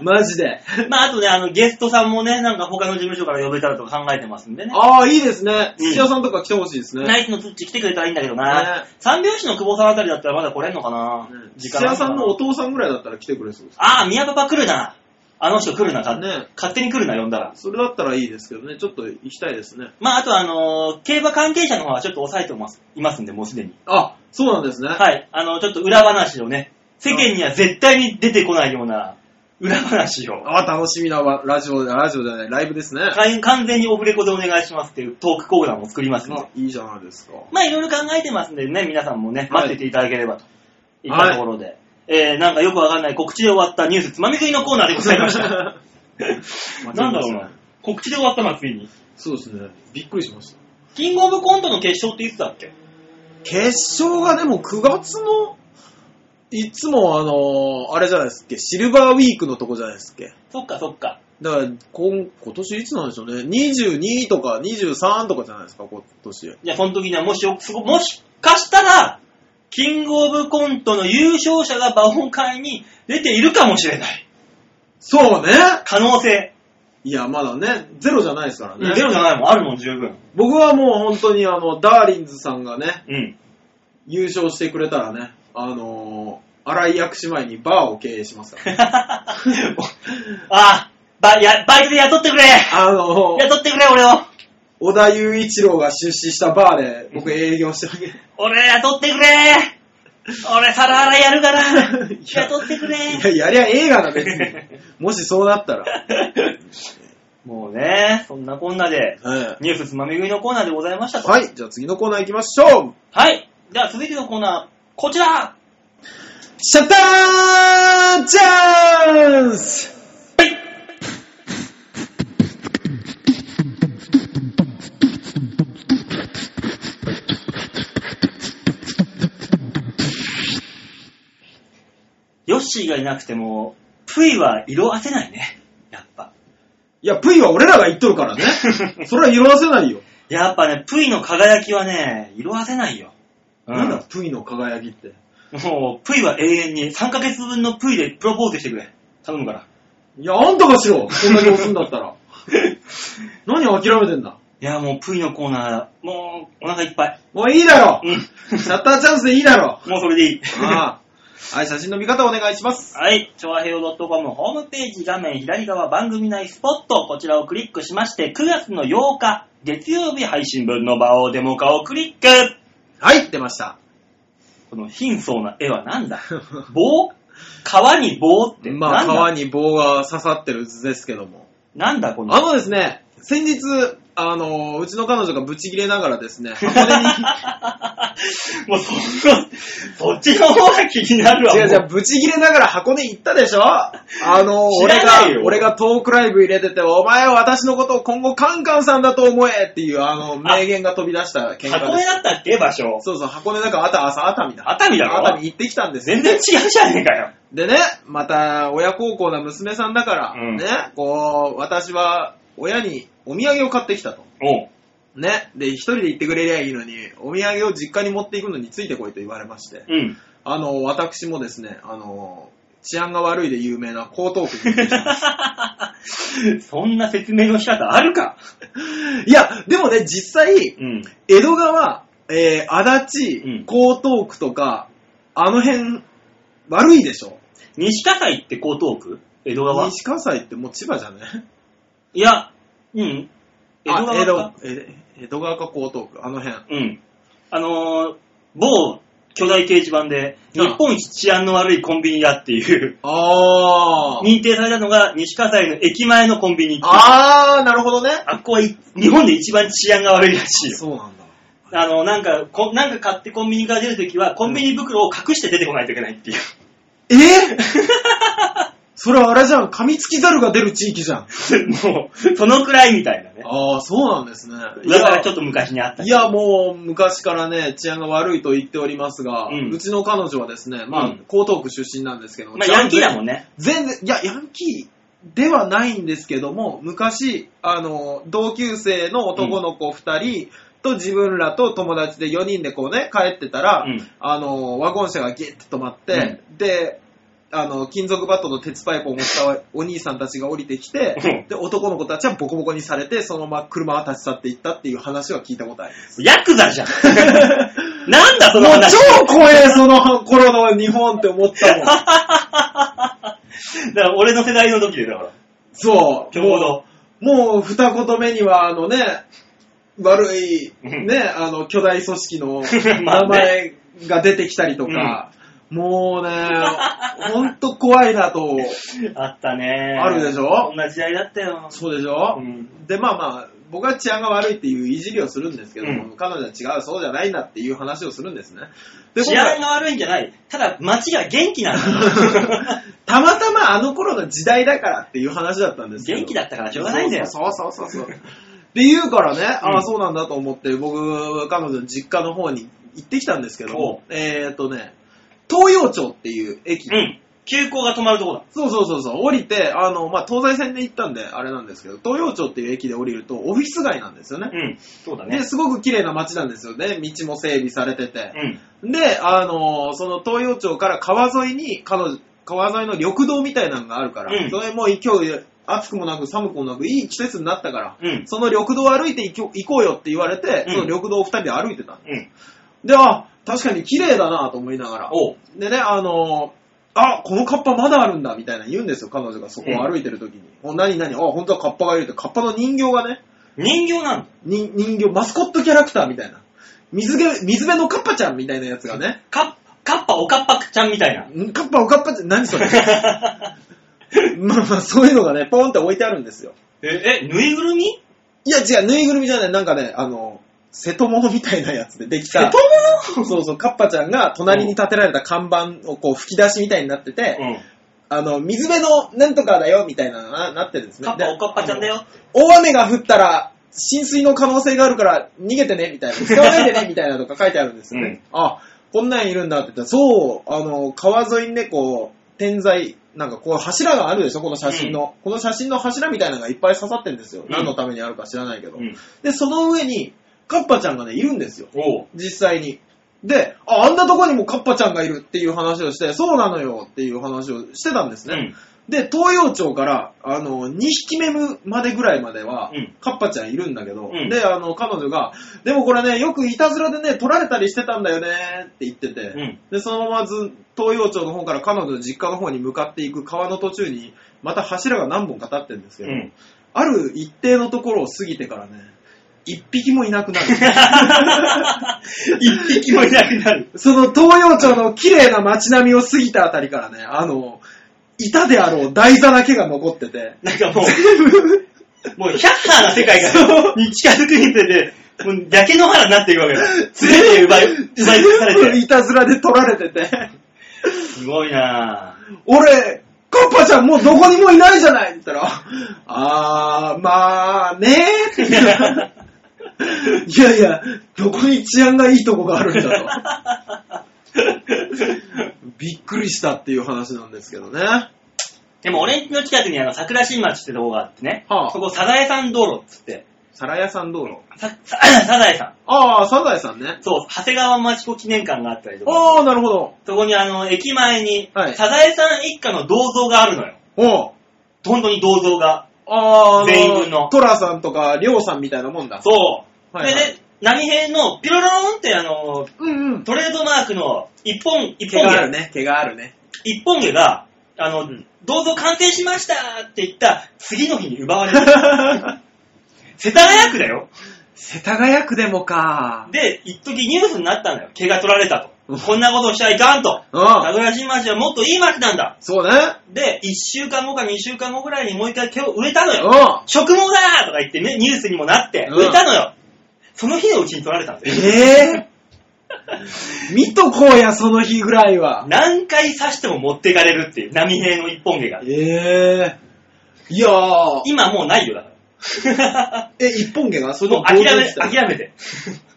マジで。まあ、あとね、あの、ゲストさんもね、なんか他の事務所から呼べたらとか考えてますんでね。ああ、いいですね。うん土屋さんとか来てほしいですね。ナイツのツッチ来てくれたらいいんだけどなね。三拍子の久保さんあたりだったらまだ来れんのかなね時間土あ屋るかさなんのお父さんぐらいだったら来てくれそうです。ああ、宮パパ来るな。あの人来るな。勝ね勝手に来るな、呼んだら。それだったらいいですけどね、ちょっと行きたいですね。まあ、あとあのー競馬関係者の方はちょっと抑えてます、いますんで、もうすでに。あ、そうなんですね。はい。あの、ちょっと裏話をね、世間には絶対に出てこないような裏話を。あ、楽しみなわラジオ、ラジオじゃない、ライブですね。完完全にオフレコでお願いしますっていうトークコーナーも作りますのであ。いいじゃないですか。まあいろいろ考えてますんでね、皆さんもね、はい待ってていただければと。いったところで。えー、なんかよくわかんない告知で終わったニュースつまみ食いのコーナーでござ <laughs> いました。なんだろうな。告知で終わったな、ついに。そうですね。びっくりしました。キングオブコントの決勝っていつだっけ決勝がでも9月の、いつもあのーあれじゃないですっけ、シルバーウィークのとこじゃないですっけ。そっかそっか。だから今、今年いつなんでしょうね。22とか23とかじゃないですか、今年。じゃあその時にはもしよ、すごもしかしたら、キングオブコントの優勝者が馬王会に出ているかもしれない。そうね。可能性。いや、まだね、ゼロじゃないですからね。ゼロじゃないもん、あるもん、十分。僕はもう本当にあの、ダーリンズさんがね、 <laughs> うん。優勝してくれたらね、あのー、荒井薬師前にバーを経営しますから、 <laughs> ね。ああ、バやバイトで雇ってくれあのー、雇ってくれ、俺を小田雄一郎が出資したバーで僕営業してあげる。俺雇ってくれ俺皿洗いやるから雇ってくれいや、やりゃ映画だ、<laughs> 別に。もしそうなったら。もうね、そんなこんなで、はニュースつまみ食いのコーナーでございましたい。と。はい。はい、じゃあ次のコーナー行きましょうでは続いてのコーナー、こちらシャッターチャンスヨッシーがいなくても、プイは色褪せないね。やっぱ。いや、プイは俺らが言っとる <laughs> からね。それは色あせないよ。やっぱね、プイの輝きはね、色褪せないよ。うんなんだ、プイの輝きって。もう、プイは永遠に、3ヶ月分のプイでプロポーズしてくれ。頼む <laughs> から。いや、あんたがしろこんなに押すんだったら。 <laughs> 何諦めてんだいや、もうプイのコーナー、もう、お腹いっぱい。もういいだろうん。シャッターチャンスでいい <laughs> だろもうそれでいい。ああはい、写真の見方お願いします。はい、調和平洋 .com ホームページ画面左側番組内スポット、こちらをクリックしまして、9月の8日、月曜日配信分の場をデモ化をクリックはい、出ました。この貧相な絵はなん <laughs> だ棒川に棒ってなんだ、まあ、川に棒が刺さってる図ですけども。なんだこのあのですね、先日、あの、うちの彼女がブチ切れながらですね、箱根 <laughs> に、もうその、そっちの方が気になるわ。違う違もう、ブチ切れながら箱根行ったでしょあの、知俺らないよが、俺がトークライブ入れてて、お前は私のことを今後カンカンさんだと思えっていう、あの、名言が飛び出したう喧嘩箱で根す。だったっけ場所。そうそう、箱根だから、あた、朝熱海だ。熱海だろ熱海行ってきたんですよ全然違うじゃねえかよ。でね、また親孝行な娘さんだから、うんね、こう、私は親にお土産を買ってきたと。おうね、で、一人で行ってくれりゃいいのに、お土産を実家に持っていくのについてこいと言われまして、うん。あの、私もですね、あの、治安が悪いで有名な江東 <laughs> 区に行ってきたそんな説明の仕方あるかいや、でもね、実際、うん。江戸川、えー、足立、うん江東区とか、あの辺、悪いでしょ西葛西って江東区江戸川西葛西ってもう千葉じゃねいや、うん。 <laughs> 江戸川あか。江戸え江戸川か江東区、あの辺。うん。あのー、某巨大掲示板で、うん日本一治安の悪いコンビニだっていう、あー。認定されたのが西葛西の駅前のコンビニっていうあー、なるほどね。あっこはい日本で一番治安が悪いらしいよ。そうなんだ。あの、なんか、こなんか買ってコンビニから出るときは、コンビニ袋を隠して出てこないといけないっていう。 <laughs> えー、それはあれじゃん。噛みつき猿が出る地域じゃん。 <laughs> もう、そのくらいみたいなね。あー、そうなんですね。いだからちょっと。と昔にあった。いや、もう、昔からね、治安が悪いと言っておりますが、ううんちの彼女はですね、まあ、うん江東区出身なんですけど、まあ、ヤンキーだん。もんね。全然、いや、ヤンキーではないんですけども、昔、あの、同級生の男の子2人と自分らと友達で4人でこうね、帰ってたら、うん。あの、ワゴン車がギッて止まって、で、あの、金属バットの鉄パイプを持ったお <laughs> 兄さんたちが降りてきて、で、男の子たちはボコボコにされて、そのまま車は立ち去っていったっていう話は聞いたことあります。ヤクザ <laughs> じゃん。なんだそのもう話。超怖え、その頃の日本って思った <laughs> もん。だから俺の世代の時でだから。そう。ちょうど。もう二言目には、あのね、悪い、うんね、あの、巨大組織の <laughs> まあ名前が出てきたりとか、もうね、ほんと怖いなと、あったねあるでしょ同じ時代だったよ。そうでしょ、うんで、まあまあ、僕は治安が悪いっていういじりをするんですけど、うん彼女は違う、そうじゃないんだっていう話をするんですね。で、治安僕が悪いんじゃない。ただ、街が元気なん <laughs> だ。たまたまあの頃の時代だからっていう話だったんですけど。元気だったからしょうがないんだよ。そうそうそうそうそう。って言うからね、あうあ、んそうなんだと思って、僕、彼女の実家の方に行ってきたんですけども、えーっとね、東洋町っていう駅、うん。急行が止まるとこだ。そうそうそうそう、降りて、あの、まあ、東西線で行ったんで、あれなんですけど、東洋町っていう駅で降りると、オフィス街なんですよね。うん。そうだで、ね。すごく綺麗な街なんですよね。道も整備されてて。うん。で、あのーその東洋町から川沿いに、彼女、川沿いの緑道みたいなのがあるから、うんそれもう今日暑くもなく寒くもなくいい季節になったから、うんその緑道を歩いて行こ行こうよって言われて、うんその緑道を二人で歩いてた。うん。で、あ、確かに綺麗だなと思いながら。おう。でね、あのーあ、このカッパまだあるんだみたいな言うんですよ、彼女がそこを歩いてる時に。お何何あ、本当はカッパがいるって、カッパの人形がね、人形なんだ。人人形、マスコットキャラクターみたいな。水げ水辺のカッパちゃんみたいなやつがね。カッ、カッパ、おかっぱちゃんみたいな。んカッパおかっぱちゃん、何そ <laughs> れまあまあ、そういうのがね、ポンって置いてあるんですよ。え、え、ぬいぐるみいや違う、ぬいぐるみじゃない、なんかね、あの、瀬戸物みたいなやつででき瀬た。戸物 <laughs> そうそう、カッパちゃんが隣に立てられた看板をこう吹き出しみたいになってて、うん。あの、水辺のなんとかだよみたいなのがなってるんですね。カッパ、おかっぱちゃんだで。あのよ。大雨が降ったら、浸水の可能性があるから逃げてね、みた <laughs> いな。使わないでね、みたいなのとか書いてあるんですよね。あ、こんなんいるんだって言ったら、そう、あの、川沿いにね、こう、点在、なんかこう柱があるでしょ、この写真の。この写真の柱みたいなのがいっぱい刺さってるんですよ。ん何のためにあるか知らないけど。うん。で、その上に、カッパちゃんがね、いるんですよ。おう。実際に。で、あ、あんなとこにもカッパちゃんがいるっていう話をして、そうなのよっていう話をしてたんですうね。ん。で、東洋町から、あの、2匹目までぐらいまでは、うんカッパちゃんいるんだけど、うんで、あの、彼女が、でもこれね、よくいたずらでね、取られたりしてたんだよねって言ってて、うんで、そのままず、東洋町の方から彼女の実家の方に向かっていく川の途中に、また柱が何本か立ってるんですけうど、ん。ある一定のところを過ぎてからね、一匹もいなくなる。 <laughs> 一匹もいなくなる。その東洋町の綺麗な街並みを過ぎたあたりからね、あの、いたであろう台座だけが残ってて、なんかもう、 <laughs> もう100ハーな世界が、に近づくにつれて、もう焼け野原になっていくわけだ。全て奪い、奪い尽くされ全部て。いたずらで取られてて、すごいなぁ。俺、カッパちゃんもうどこにもいないじゃないって言ったら、あー、まあねーって言ったらいやいや、どこに治安がいいとこがあるんだと。びっくりしたっていう話なんですけどね。はでも俺の近くにあの桜新町ってとこがあってね、あそこサザエさん道路っつって、皿屋さん道路。さサザエさあー、サザエさんねん。。そう、長谷川町子記念館があったりとか、あー、なるほど。そこにあの、駅前に、はいサザエさん一家の銅像があるのよ。おう本当に銅像が。あー、あの全員分のトラさんとか、りょうさんみたいなもんだ。そう。はいはいそれで、波平のピロローンってあの、うんうん。トレードマークの一本、一毛本があ毛る、ね、毛がある <laughs> ね。一本毛が、あの、ん銅像完成しましたって言った次の日に奪われ <laughs> る。世田谷区だよ。世田谷区でもか。で、一時ニュースになったんだよ。毛が取られたと。こんなことをしちゃいかんと。名うん。古屋新町はもっといい町なんだ。そうね。で、一週間後か二週間後ぐらいにもう一回毛を植えたのよ。う植毛だーとか言ってね、ニュースにもなって、うん植えたのよ。その日のうちに取られたんん。ですよ。えぇ、見とこうや、その日ぐらいは。何回刺しても持っていかれるっていう、波平の一本毛が。えぇ、いやー。今もうないよ、だ <laughs> から。え、一本毛がそもうの諦銅像め、自体諦めて。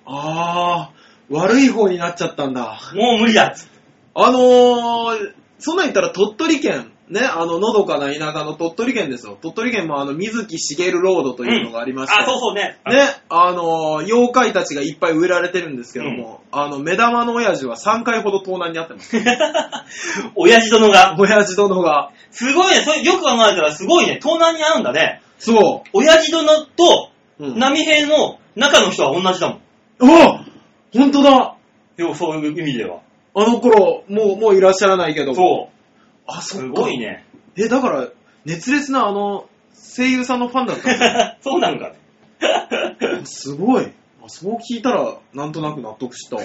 あー、悪い方になっちゃったんだ。もう無理だっつって。あのー、そんなん言ったら鳥取県、ね、あの、のどかな田舎の鳥取県ですよ。鳥取県もあの、水木しげるロードというのがありまして、あ、そうそうね。ね、あの、妖怪たちがいっぱい植えられてるんですけども、あの、目玉の親父は3回ほど盗難にあってます。親父殿が。親父殿が。すごいね。それよく考えたらすごいね。盗難に合うんだね。そ親父殿とう。うん、波平の中の人は同じだもん。お本当だよそういう意味では。あの頃、もう、もういらっしゃらないけど。そあ、う。そすっかごい。ね。え、だから、熱烈なあの、声優さんのファン <laughs> だったのそうなのかね。あすごい。あそう聞いたら、なんとなく納得した。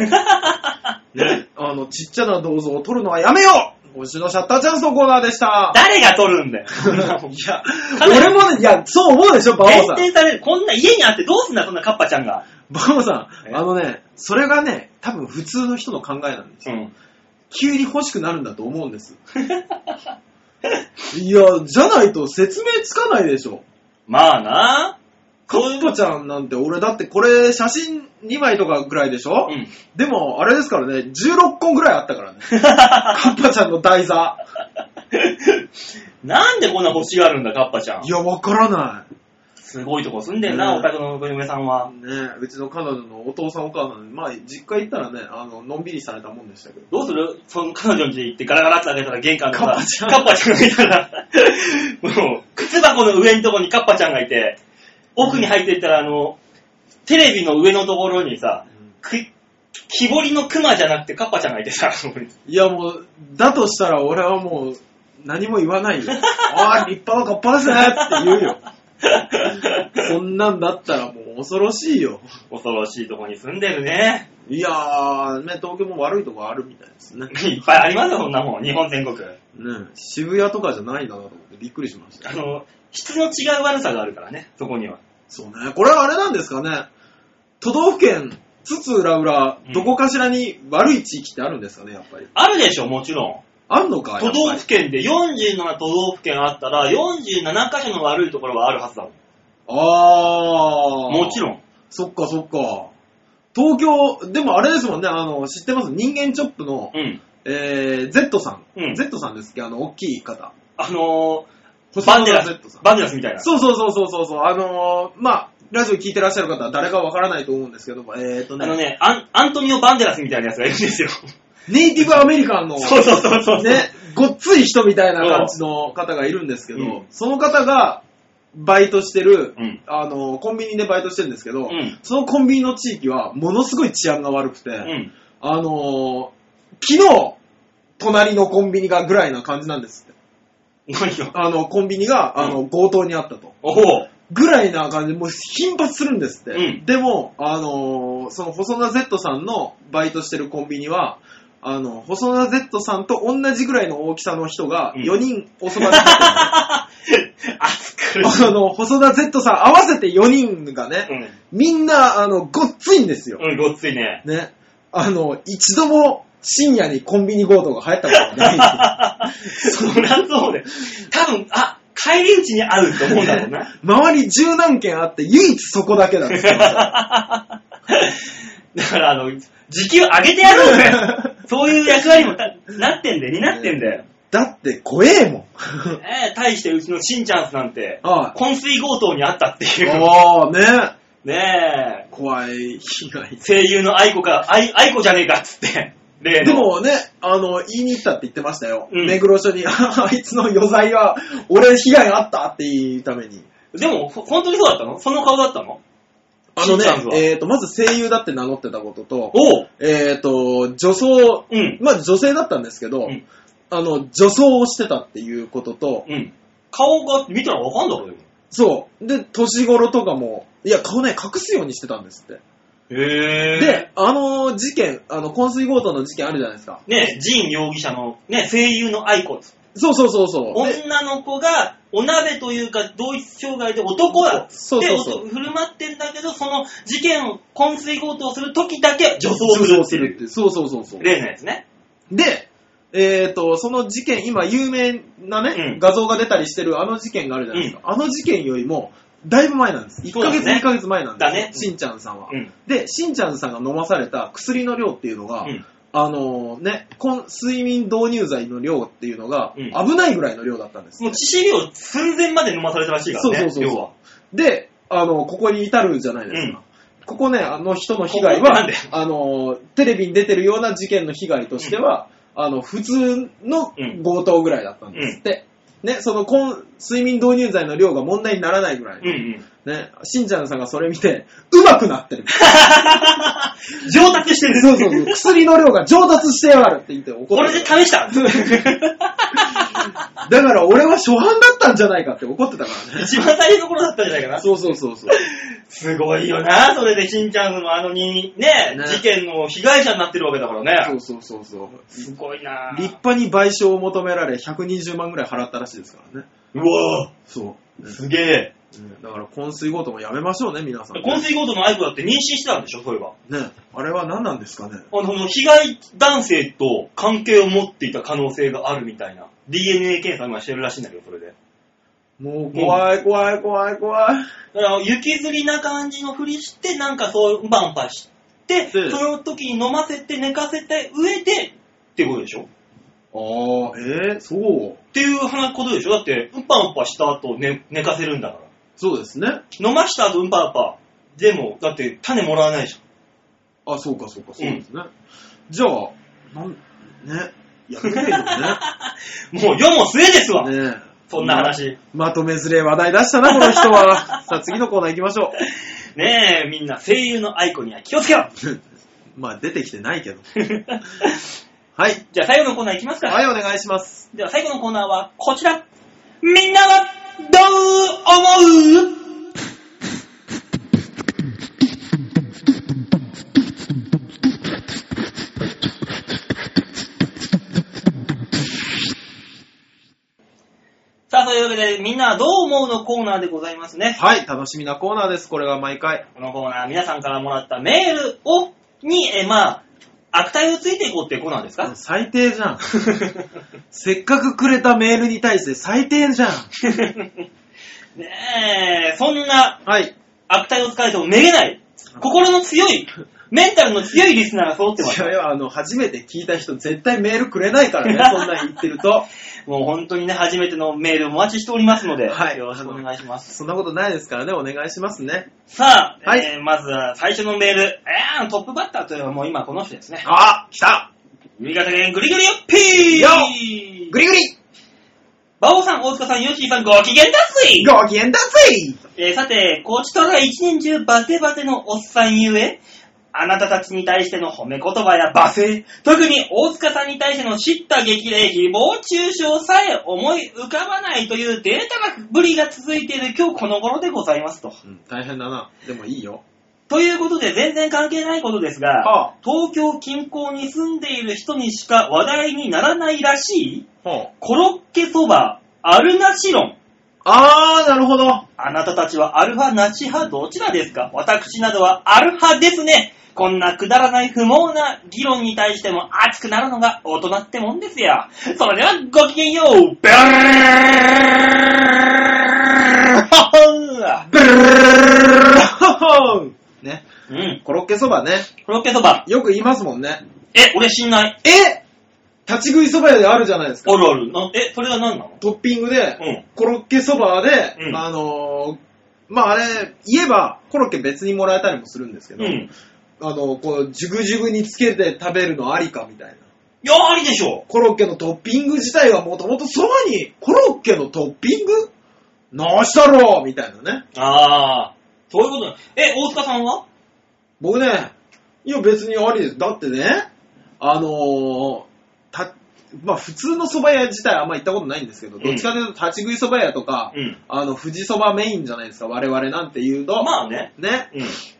ね、あの、ちっちゃな銅像を撮るのはやめよう今週のシャッターチャンスのコーナーでした。誰が取るんだよ。いや、俺もね、いや、そう思うでしょ、バオさ限定ん。される。こんな家にあってどうすんだ、そんなカッパちゃんが。バオさえん、あのね、それがね、多分普通の人の考えなんですよ。ん。急に欲しくなるんだと思う <laughs> んです。いや、じゃないと説明つかないでしょ。まあな。カッパちゃんなんて俺だってこれ写真2枚とかぐらいでしょ、うん。 <laughs> でもあれですからね、16個ぐらいあったからね。カッパちゃんの台座。なんでこんな欲しがるんだ、カッパちゃんい。や、わからなすごいとこ住んでんな、うんお宅の嫁さんは。い。ねうちの彼女のお父さんお母さん、まあ実家行ったらね、あの、のんびりされたもんでしたけど。どうするその彼女の家行ってガラガラって開けたら玄関のさカッパちゃんカッパちゃんがいたら、 <laughs> もう、靴箱の上のとこにカッパちゃんがいて、奥に入っていったら、あの、テレビの上のところにさ、く木彫りのクマじゃなくてカッパちゃんがいて <laughs> さ、いやもう、だとしたら俺はもう、何も言わないよ。 <laughs> ああ、立派なカッパですねって言 <laughs> うよ。そんなんだったらもう恐ろしいよ。恐ろしいとこに住んでるね。いやー、ね、東京も悪いとこあるみたいですね。 <laughs> いっぱいありますよ、そんなもん。日本全国。ね、渋谷とかじゃないんだなと思ってびっくりしましたあ。の、質の違う悪さがあるからね、そこには。そうね、これはあれなんですかね。都道府県、津々浦々、うんどこかしらに悪い地域ってあるんですかね、やっぱり。あるでしょ、もちろん。あんのか、やっぱ都り道府県で47都道府県あったら47箇所の悪いところはあるはずだもん。あー。もちん。ろん。そっかそっか。東京、でもあれですもんね、あの、知ってます人間チョップの、うん。えー、Z さん。うん Z さんですっけあの、大きい方。あのー、ババンンデデララス Z さん、バンデラスみたいな。そうそうそうそうそうそう、あのー、まあ、ラジオ聞いてらっしゃる方は誰かわからないと思うんですけども、えーとあのね、ねアン、アントニオ・バンデラスみたいなやつがいるんですよ。ネイティブアメリカンの、 <laughs> そうそうそうそう。ね、ごっつい人みたいな感じの方がいるんですけど、うんその方がバイトしてる、 <laughs> うん。あのー、コンビニでバイトしてるんですけうど、んそのコンビニの地域はものすごい治安が悪くて、うん。あのー、昨日、隣のコンビニがぐらいな感じなんですって。何よ。あの、コンビニが、あの、強盗にあったと。おほう。ぐらいな感じで、もう頻発するんですって。うんでも、あのーその細田 Z さんのバイトしてるコンビニは、あの、細田 Z さんと同じぐらいの大きさの人がうん4人おそばにいて、 <laughs> あ暑苦しい。の、細田 Z さん合わせて4人がね、 <laughs> みんな、あの、ごっついんですよ。うん。うん、ごっついね。ね。あの、一度も深夜にコンビニ強盗が流行ったことがない。そりゃそうで。多分、あ、帰り道に会うと思うんだろう <laughs> な。 <laughs> 周り十何軒あって、唯一そこだけだって言ってましただから、あの、時給上げてやろうぜ。そういう役割もたなってんだよ、になってんだよ。だって怖えもん。ええ対してうちのしんちゃんすなんて、ああ昏睡強盗にあったっていう。ああ、ねねえ、怖い被害。声優の愛子か、愛愛子じゃねえかっつって、例での。もね、あの、言いに行ったって言ってましたよ。うん目黒署に、 <laughs> ああいつの余罪は、俺被害あったっていうために。でも、ほ本当にそうだったのその顔だったのあのねしんちゃんは、えっ、と、まず声優だって名乗ってたことと、おうえっ、と、女装、うん、まず女性だったんですけど、うんあの、女装をしてたっていうことと、うん。顔が見たらわかんだろ、でも。そう。で、年頃とかも、いや、顔ね、隠すようにしてたんですって。へで、あの事件、あの、昏睡強盗の事件あるじゃないですか。ねえ、ジン容疑者の、ね、声優の愛子っつって。そうそうそうそう。で女の子が、お鍋というか、同一障害で男だってそうそうそうおと振る舞ってんだけど、その事件を、昏睡強盗をする時だけ女装するっていう。て。そうそうそうそう。例のやつね。で、えっ、と、その事件、今有名なね、うん画像が出たりしてるあの事件があるじゃないですか。あの事件よりも、だいぶ前なんです。1そうだヶね月、2ヶ月前なんですよ。だねしんちゃんさんは。うん。で、しんちゃんさんが飲まされた薬の量っていうのが、うん。あのね、こん睡眠導入剤の量っていうのがうん危ないぐらいの量だったんです、もう致死量寸前まで飲まされたらしいからそうね。そうそう要は。そう。で、あの、ここに至るじゃないですか。ここね、あの人の被害ここなはんで、あの、テレビに出てるような事件の被害としては、あの、普通のうん強盗ぐらいだったんですって。ね、そのこん睡眠導入剤の量が問題にならないぐらいのうんうん。ね、しんちゃんさんがそれ見て、うまくなってる。 <laughs> 上達してる。そうそうそう。薬の量が上達してやがるって言って怒こっれてでた。試した。だから俺は初版だったんじゃないかって怒ってたからね。一番大変なところだったんじゃないかな。そうそうそうそう。すごいよな、それでしんちゃんのあのに、ね、ね事件の被害者になってるわけだからそね。うそうそうそう。すごいな立派に賠償を求められ120万ぐらい払ったらしいですからね。うわそぁ、すげえ。う。ねだから、昏睡強盗もやめましょうね、皆さん、昏睡強盗のアイコだって妊娠してたんでしょ、そういえば。ね。あれは何なんですかね。あの、被害男性と関係を持っていた可能性があるみたいな。DNA 検査今してるらしいんだけど、それで。もう怖い怖い怖い怖い。だから、行きずりな感じのふりして、なんかそう、バンバンして、うんその時に飲ませて、寝かせて、上で、ってことでしょああ、えー、そう。っていう話ことでしょだって、うんぱうんぱした後寝寝かせるんだかそうですね。ら。飲ました後うんぱうんぱ。でも、だって種もらわないじあ、そうかそうか、そうですね。じゃあ、なん、ね、やめないゃん。もう世も末ですわ、 <laughs> よね。ねえそんな。話。まとめずれ話題出したな、この人 <laughs> は。さあ、次のコーナー行きましょねえ、みんな声優のアイコンには気をつけろう。まあ、出てきてないけど。 <laughs> <laughs> はい。じゃあ最後のコーナーいきますか。はい、お願いします。では最後のコーナーはこちら。みんなはどう思うさあ、というわけで、みんなはどう思うのコーナーでございますね。はい、楽しみなコーナーです。これが毎回。このコーナー、皆さんからもらったメールを、に、えーまあ、悪態をついていこうっていうコーナーですか、最低じゃん。せっかくくれたメールに対して最低じゃん。 <laughs> ねえ、そんなはい。悪態をつかれてもめげない、心の強い、メンタルの強いリスナーが揃ってまいす。やいや、あの、初めて聞いた人絶対メールくれないからね、そんなん言ってると。もう本当にね、初めてのメールお待ちしておりますので、はいよろしくお願いします。そんなことないですからね、お願いしますね。さあ、はいえーまずは最初のメール、えー、トップバッターといえばもう今この人ですね。あ来た新潟県グリグリよっぴーグリグリバオさん、大塚さん、ヨッシーさん、ご機嫌だっすい、ご機嫌だぜいえーさて、こちとら一年中バテバテのおっさんゆえ、あなたたちに対しての褒め言葉や罵声、特に大塚さんに対しての叱咤激励、誹謗中傷さえ思い浮かばないというデータがぶりが続いている今日この頃でございますと。うん、大変だな。でもいいよ。ということで全然関係ないことですが、は東京近郊に住んでいる人にしか話題にならないらしい、あ、はコロッケそば、アルナシロン。あ、あー、なるほど。あなたたちはアルファ、ナチ派、どちらですか私などはアルファですね。こんなくだらない不毛な議論に対しても熱くなるのが大人ってもんですよ。それではごきげんようベルブルルルルルルルルルね、うん。コロッケそばね、コロッケそば。よく言いますもんね。え、俺知んない。え立ち食いそば屋であるじゃないですか。あるある。なえ、それは何なのトッピングで、うん。コロッケそばで、うんあのー、まああれ、言えば、コロッケ別にもらえたりもするんですけど、うん。あの、こう、ジュグジュグにつけて食べるのありかみたいな。いや、ありでしょ。コロッケのトッピング自体はもともとそばにコロッケのトッピングなしたろうみたいなね。ああ。そういうことなえ、大塚さんは僕ね、いや別にありです。だってね、あのーた、まあ普通の蕎麦屋自体あんま行ったことないんですけど、んどっちかというと立ち食い蕎麦屋とか、うん。あの、富士蕎麦メインじゃないですか、我々なんていうと、まあね。ね、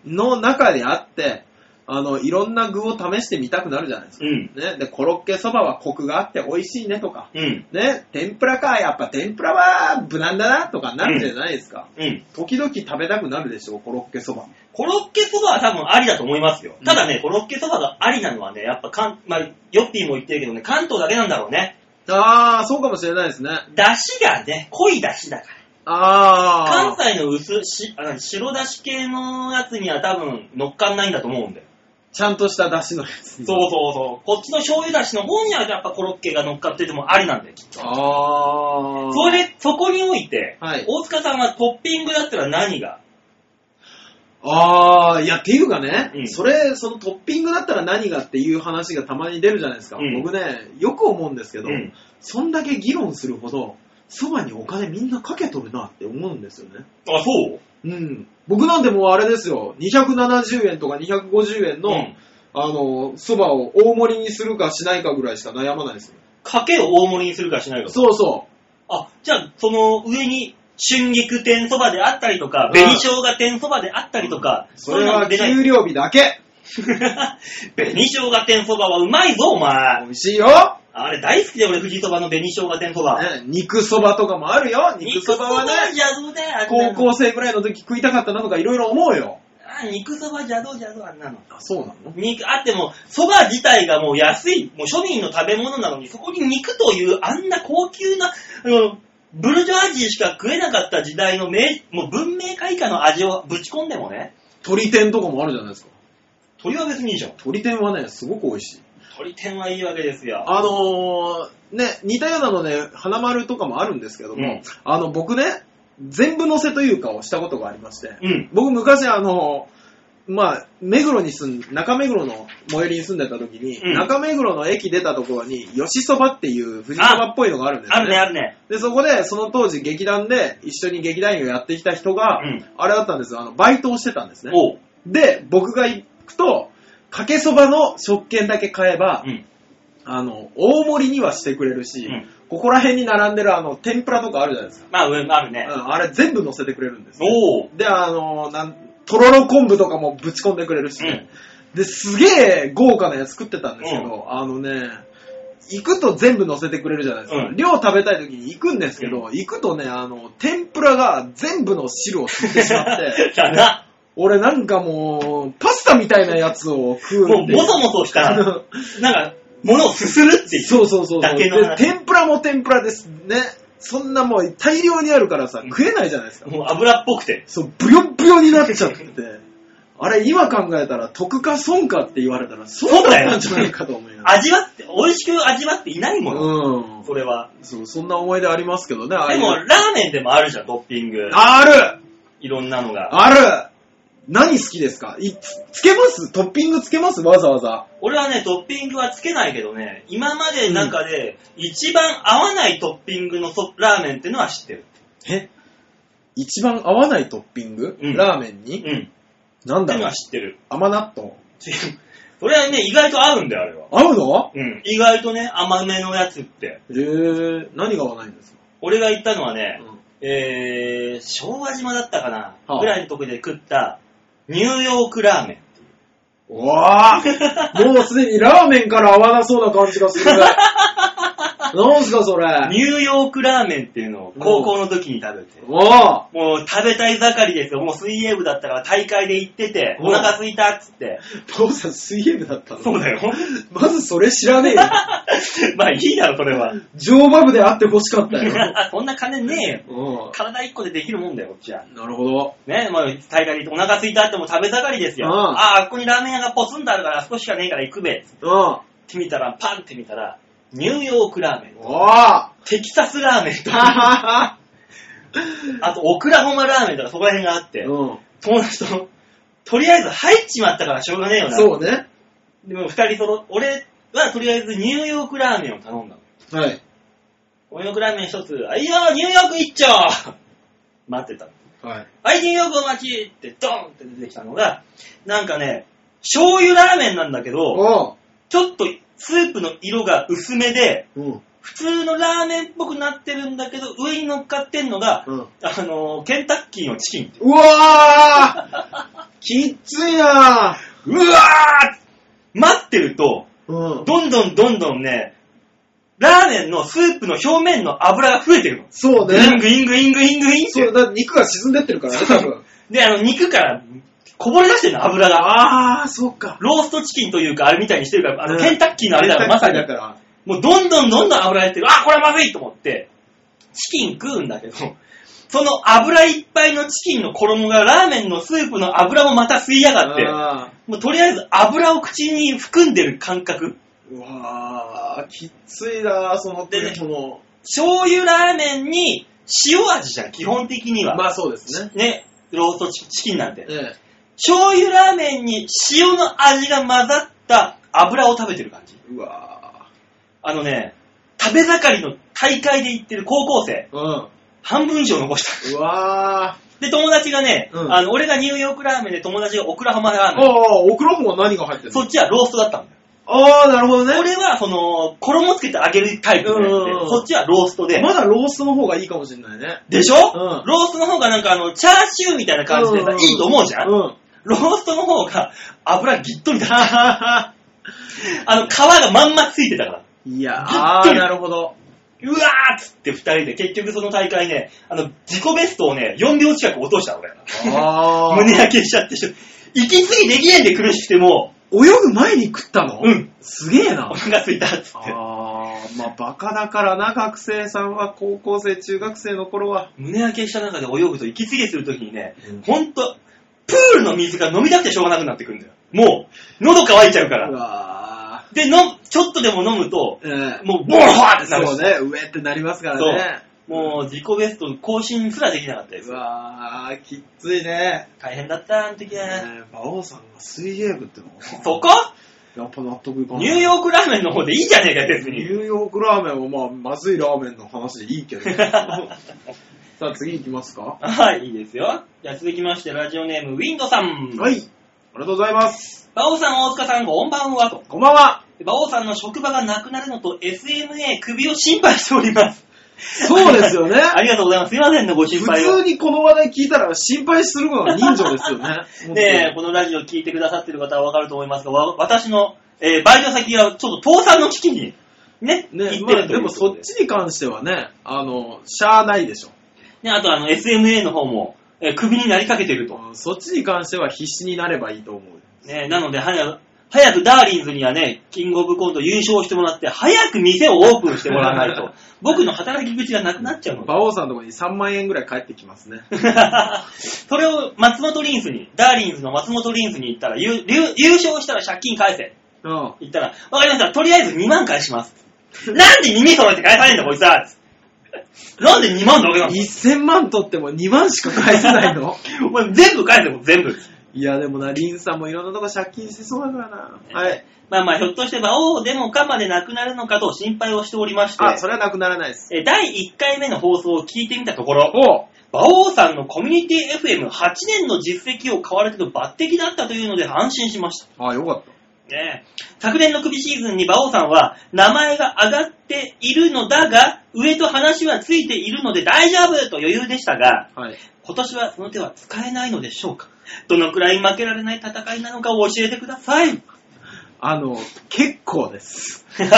うん。の中であって、あの、いろんな具を試してみたくなるじゃないですか。うん。ね、で、コロッケ蕎麦はコクがあって美味しいねとか、うん。ね、天ぷらか、やっぱ天ぷらは無難だなとかなるじゃないですか。うん。時々食べたくなるでしょ、コロッケそば。コロッケそばは多分ありだと思いますよ。ただね、コロッケそばがありなのはね、やっぱ関、まあ、ヨッピーも言ってるけどね、関東だけなんだろうね。あー、そうかもしれないですね。だしがね、濃いだしだから。あ関西ー。の薄、しあの白だし系のやつには多分乗っかんないんだと思うんだよ。ちゃんとした出汁のやつに。そうそうそう。こっちの醤油だしの方にはやっぱコロッケが乗っかっててもありなんだよ。あー。それ、そこにおいて、はい大塚さんはトッピングだったら何があー、いや、っていうかね、うんそれ、そのトッピングだったら何がっていう話がたまに出るじゃないですか。うん僕ね、よく思うんですけど、うんそんだけ議論するほど、そばにお金みんなかけとるなって思うんですよね。あ、そううん。僕なんてもうあれですよ、270円とか250円の、うんあの、そばを大盛りにするかしないかぐらいしか悩まないですよ。かけを大盛りにするかしないか。そうそあ、じゃあ、その上に、春菊天そばであったりとか、紅生姜天そばであったりとか、う。それは出ない。給料日だけ。 <laughs> 紅生姜天そばはうまいぞ、お前。美味しいよ。あれ大好きだよ、俺、富士そばの紅生姜天そば。ね肉そばとかもあるよ。肉そばはね。邪道だよ、あんな高の校生ぐらいの時食いたかったなとかいろいろ思うよ。あ、肉そば邪道邪道、あんなの。あ、そうなの肉、あっても、蕎麦自体がもう安い、もう庶民の食べ物なのに、そこに肉というあんな高級な、あの、ブルジョアジーしか食えなかった時代の名、もう文明開化の味をぶち込んでもね、鳥天とかもあるじゃないですか。鳥は別にいいじゃん。鳥天はね、すごく美味しい。鳥天はいいわけですよ。あのー、ね、似たようなのね、花丸とかもあるんですけども、うんあの、僕ね、全部乗せというかをしたことがありまして、うん。僕昔あの、まあ、目黒に住ん、中目黒の最寄りに住んでた時に、うん中目黒の駅出たところに、吉そばっていう富士そばっぽいのがあるんですね。あるね、あるね。で、そこで、その当時劇団で一緒に劇団員をやってきた人が、うんあれだったんですよ、あの、バイトをしてたんですね。おう。で、僕が行くと、かけそばの食券だけ買えば、うん。あの、大盛りにはしてくれるし、うんここら辺に並んでるあの、天ぷらとかあるじゃないですか。まあ、上もあるね。うん、あれ全部乗せてくれるんですよ。おう。で、あの、なん、とろろ昆布とかもぶち込んでくれるし、うんで、すげえ豪華なやつ作ってたんですけど、あのね、行くと全部乗せてくれるじゃないですか。うん量食べたい時に行くんですけど、行くとね、あの、天ぷらが全部の汁を吸ってしまって、 <laughs> だな。俺なんかもう、パスタみたいなやつを食うもう、っていうもそもそした、なんか、物をすするっていう。そうそうそうそだう。けでの話、天ぷらも天ぷらです。ね。そんなもう大量にあるからさ、うん食えないじゃないですか。もう油っぽくて。そう、ブヨブヨになっちゃって。あれ、今考えたら、得か損かって言われたら、損そうだだよったんじゃないかと思います。味わって、美味しく味わっていないもの。うん。それは。そう、そんな思い出ありますけどね、ああいでうも、ラーメンでもあるじゃん、トッピング。あるいろんなのが。ある何好きですかいつつけますトッピングつけますわざわざ。俺はね、トッピングはつけないけどね、今までの中で、一番合わないトッピングのそラーメンってのは知ってる。え一番合わないトッピング、うんラーメンうん。っに、てなんだのろうは知ってる。甘納豆それはね、意外と合うんだよ、あれは。合うのうん。意外とね、甘めのやつって。えー、何が合わないんですか、俺が行ったのはうね、んえー、昭和島だったかな、はあぐらいのとこで食った、ニューヨークラーメン。うわ <laughs> ぁもうすでにラーメンから合わなそうな感じがす <laughs> る。なんすかそれ。ニューヨークラーメンっていうのを高校の時に食べて。おぉもう食べたい盛りですよ。もう水泳部だったから大会で行ってて、うんお腹空いたっつって。父さん水泳部だったのそうだよ。まずそれ知らねえよ。 <laughs> まあいいだろ、それは。乗馬部で会ってほしかったよ。 <laughs> そんな金ねえよ。う体一個でできるもんだよ、こっちは。ん。なるほど。ね、まあ大会で行ってお腹空いたってもう食べ盛りですよ。うんああ、ここにラーメン屋がポツンとあるから少ししかねえから行くべ。っうん。おて見たら、パンって見たら、ニューヨークラーメン、ぉテキサスラーメンと、 <laughs> はあとオクラホマラーメンとかそこら辺があって、うん。友達と、とりあえず入っちまったからしょうがねえよな。そうね。でも二人その、俺はとりあえずニューヨークラーメンを頼んだの。はい。ニューヨークラーメン一つ、あいいよ、ニューヨーク一丁待ってたの。はい。はい、ニューヨークお待ちってドーンって出てきたのが、なんかね、醤油ラーメンなんだけど、おちょっとスープの色が薄めで、うん。普通のラーメンっぽくなってるんだけど、上に乗っかってんのが、うん。あのー、ケンタッキーのチキン。うわぁきっついなぁうわー待ってると、うん。どんどんどんどんね、ラーメンのスープの表面の油が増えてるの。そうグインね。グイングイングイングインっそうて。だ、肉が沈んでってるからね、多分。で、あの、肉からこぼれ出してるの、油が。あー、そっか。ローストチキンというか、あれみたいにしてるから、あの、うんケンタッキーのあれだから、まさにだ。から。もうどんどんどんどん油やってる。あ、これはまずいと思って、チキン食うんだけど、その油いっぱいのチキンの衣がラーメンのスープの油もまた吸いやがって、あもうとりあえず油を口に含んでる感覚。ーうわー、きっついなー、そのでねその醤油ラーメンに塩味じゃん、基本的には。まあそうですね。ね、ローストチキンなんて。え醤油ラーメンに塩の味が混ざった油を食べてる感じ。えうわあのね、食べ盛りの大会で行ってる高校生、ー、うん。半分以上残した。うわで、友達がね、うんあの、俺がニューヨークラーメンで友達がオクラハマラー。ーメン。ああ、オクラホンは何が入ってるそのっちはローストだったんだよ。ああ、なるほどね。俺は、その、衣つけて揚げるタイプで、うんうんうんそっちはローストで。まだローストの方がいいかもしれないね。でしょ、うんローストの方がなんかあの、チャーシューみたいな感じでさ、うんうんいいと思うじゃん、うん。ローストの方が油ぎっとりだった。はあの、皮がまんまついてたから。いやびっくー、りなるほど。うわーっつって二人で、結局その大会ね、あの、自己ベストをね、4秒近く落とした俺。あ <laughs> 胸焼けしちゃって、息継ぎできねえんで苦しくても泳ぐ前に食ったのうん。すげえう、なお。腹すいた <laughs> っつって。あー、まあバカだからな、学生さんは、高校生、中学生の頃は。胸焼けした中で泳ぐと息継ぎするときにねうん、ほんと、プールの水が飲みたくてしょうがなくなってくるんだよ。もう、喉乾いちゃうかうら。わで、の、ちょっとでも飲むと、ー。ええもう、ボローってなるしそうね、上ってなりますからね。もう、自己ベスト更新すらできなかったですう。わー、きっついね。大変だった、あの時は。ねえ馬王さんが水泳部ってのはそこやっぱ納得いかない。ニューヨークラーメンの方でいいじゃねえか、別ニに。ューヨークラーメンはまあ、まずいラーメンの話でいい <laughs> けど。さあ、次行きますか。はい、いいですよ。じゃあ続きまして、ラジオネーム、ウィンドさん。はい。ありがとうございます。バオさん、大塚さん、こんばんはと。こんばんは。バオさんの職場がなくなるのと SMA 首を心配しております。そうですよねありがとうございます。すいませんね、 <laughs> ご心普配を。通。にこの話題聞いたら心配するのが人情ですよね <laughs> ねえ、このラジオ聞いてくださってる方はわかると思いますが、わ私の、えーバイト先がちょっと倒産の危機に、ね、ねえ、行っまてあるといでうこもとそっちに関してはね、あの、しゃあないでしょ。ね、あとあの、SMA の方も、えー、クビになりかけてると。うんそっちに関しては必死になればいいと思う。ね、なので、早く、早くダーリンズにはね、キングオブコント優勝してもらって、早く店をオープンしてもらわない <laughs> と、僕の働き口がなくなっちゃうので。 <laughs> 馬王さんのとこに3万円ぐらい返ってきますね。それを松本リンスに、ダーリンズの松本リンスに行ったら、優優優勝したら借金返せ。うん。言ったら、わかりました、とりあえず2万返します。なんで耳揃えて返さないんだ、こいつは。なんで2万だけなの1000万取っても2万しか返せないの <laughs> お前全部返せ、全部。いやでもな、リンさんもいろんなとこ借金してそうだからな。はい。まあまあ、ひょっとして馬王でもかまでなくなるのかと心配をしておりまして、あ、それはなくならないです。え第1回目の放送を聞いてみたところ、お馬王さんのコミュニティ FM8 年の実績を買われてと抜擢だったというので安心しました。あ、よかった。ねえ昨年の首シーズンに馬王さんは名前が上がっているのだが、上と話はついているので大丈夫と余裕でしたが、はい。今年はその手は使えないのでしょうかどのくらい負けられない戦いなのかを教えてください。あの、結構 <laughs> です。結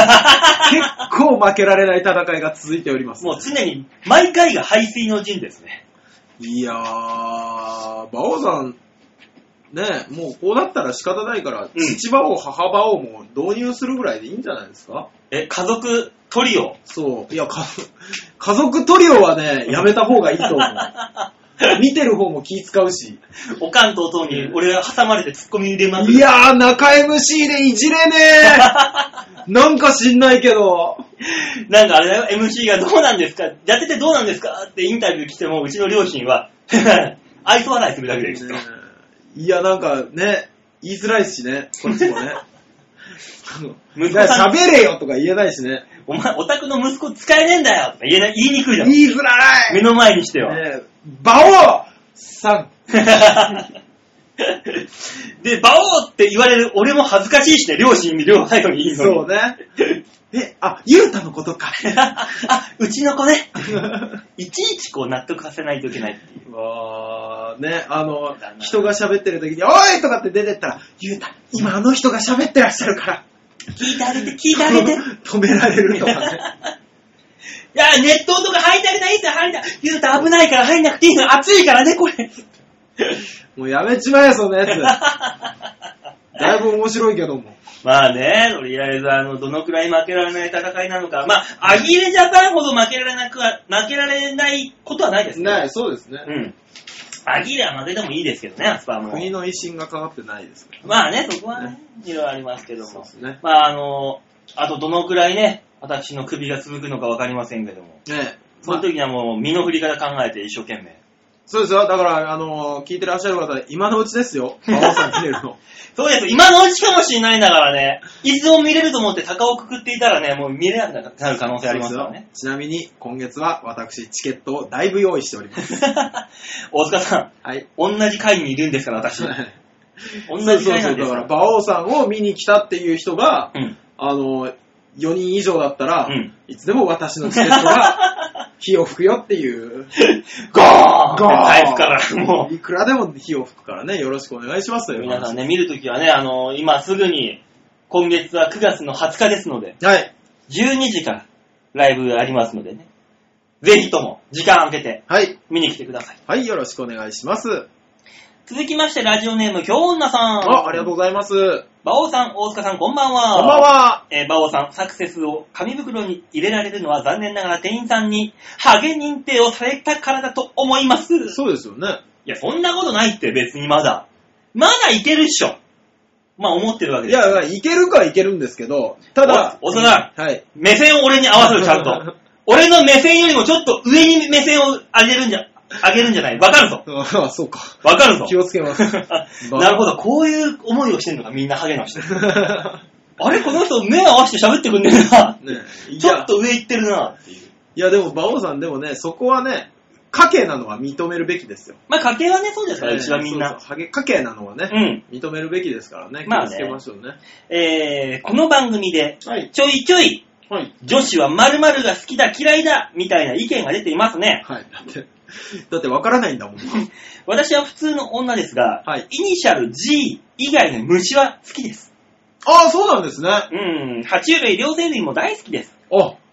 構負けられない戦いが続いております。もう常に毎回が排水の陣ですね。いやー、馬王さん、ね、もうこうなったら仕方ないから、うん父馬王、母馬王も導入するぐらいでいいんじゃないですかえ、家族トリオ。そう。いや、か家族トリオはね、やめた方がいいと思う。 <laughs> 見てる方も気使うし。おかんと弟に俺が挟まれて突っ込み入れます。いやー、中 MC でいじれねえなんか知んないけど。なんかあれだよ、MC がどうなんですかやっててどうなんですかってインタビュー来ても、うちの両親は、 <laughs> 愛想笑いするだけでですよ。いや、なんかね、言いづらいしね、こっちもね。 <laughs> 息だ子かさらん、喋れよとか言えないしね。お前、お宅の息子使えねえんだよとか言えない、言いにくいだろ。言いづらい目の前にしては。ねバオさん。 <laughs> で、バオーって言われる俺も恥ずかしいしね、両親に両サイドにいいのに。そうね。え、あ、ゆうたのこと <laughs> か。 <laughs> あ、うちの子ね。いちいちこう納得させないといけない。わーね、あのだ、な人が喋ってる時に、おいとかって出てったら、ゆうた、今あの人が喋ってらっしゃるから。聞いてあげて、聞いてあげて。 <laughs> 止められるとかね。 <laughs> <laughs> いや、熱湯とか入りたくないですよ、入りたく言うと危ないから入んなくていいの、暑いからね、これ。 <laughs> もうやめちまえ、そのやつ。だいぶ面白いけども。まあね、とりあえず、あの、どのくらい負けられない戦いなのか。まあ、アギレジャパンほど負けられなくは、負けられないことはないですね。ねそうですねう。ん。アギレは負けてもいいですけどね、アスパーも。国の威信がかかってないですね。まあね、そこはね、いろいろありますけどそうもで。すね。まあ、あの、あとどのくらいね、私の首が続くのかわかりませんけども。ねその時にはもう身の振り方考えて一生懸命。そうですよ。だから、あのー聞いてらっしゃる方、今のうちですよ。馬王さん切れるの。そうです、今のうちかもしれないんだからね、いつでも見れると思って鷹をくくっていたらね、もう見れなくなる可能性ありますからね。そうですよちなみに、今月は私、チケットをだいぶ用意しており <laughs> ます。大塚さん、はい。同じ会にいるんですから、私。同じそうそう会なそんう。ですだか、からら。馬王さんを見に来たっていう人が、うん。あのー4人以上だったら、うんいつでも私のチケット <laughs> が火を吹くよっていう。ゴーンゴーンタイプから、もいくらでも火を吹くからね、よろしくお願いしますう。よ。 <laughs> 皆さんね、見るときはね、あの、今すぐに、今月は9月の20日ですので、はい。 12時からライブありますのでね、ぜひとも時間空けてはい。見に来てください。はい、よろしくお願いします。続きまして、ラジオネーム、京女さん。あ、ありがとうございます。こ馬ん王さん、大塚さん、こんばんは。ばん。は。えー、馬王さん、サクセスを紙袋に入れられるのは残念ながら店員さんにハゲ認定をされたからだと思います。いそうですよね。や、そんなことないって別にまだ。まだいけるっしょ。まあ思ってるわけいです。や、いけるかはいけるんですけど、ただ、お幼いはい。目線を俺に合わせる、ちゃん <laughs> と。俺の目線よりもちょっと上に目線を上げるんじゃ、上げるんじゃない。わかるぞ。あそうか。わかるぞ。 <laughs> 気をつけます。なるほど、こういう思いをしてんのか、みんなハゲの人。あれ、この人目合わせて喋ってくんねえな。ね、いちょやっ、と上行ってるな、っていう。いやでも、馬王さん、でもね、そこはね、家計なのは認めるべきですよ。まあ家計はね、そうですから、うちはみんそうな。そうハゲ家計なのはね、うん。認めるべきですからね、気まあをねつけましょうね。えー、この番組で、はい。ちょいちょい、はい。女子は〇〇が好きだ嫌いだ、みたいな意見が出ていますね。はい。だって、だってわからないんだもん。私は普通の女ですが、はいイニシャル G 以外の虫は好きです。ああ、そうなんですね。あ、うん、爬虫類、両生類も大好きです。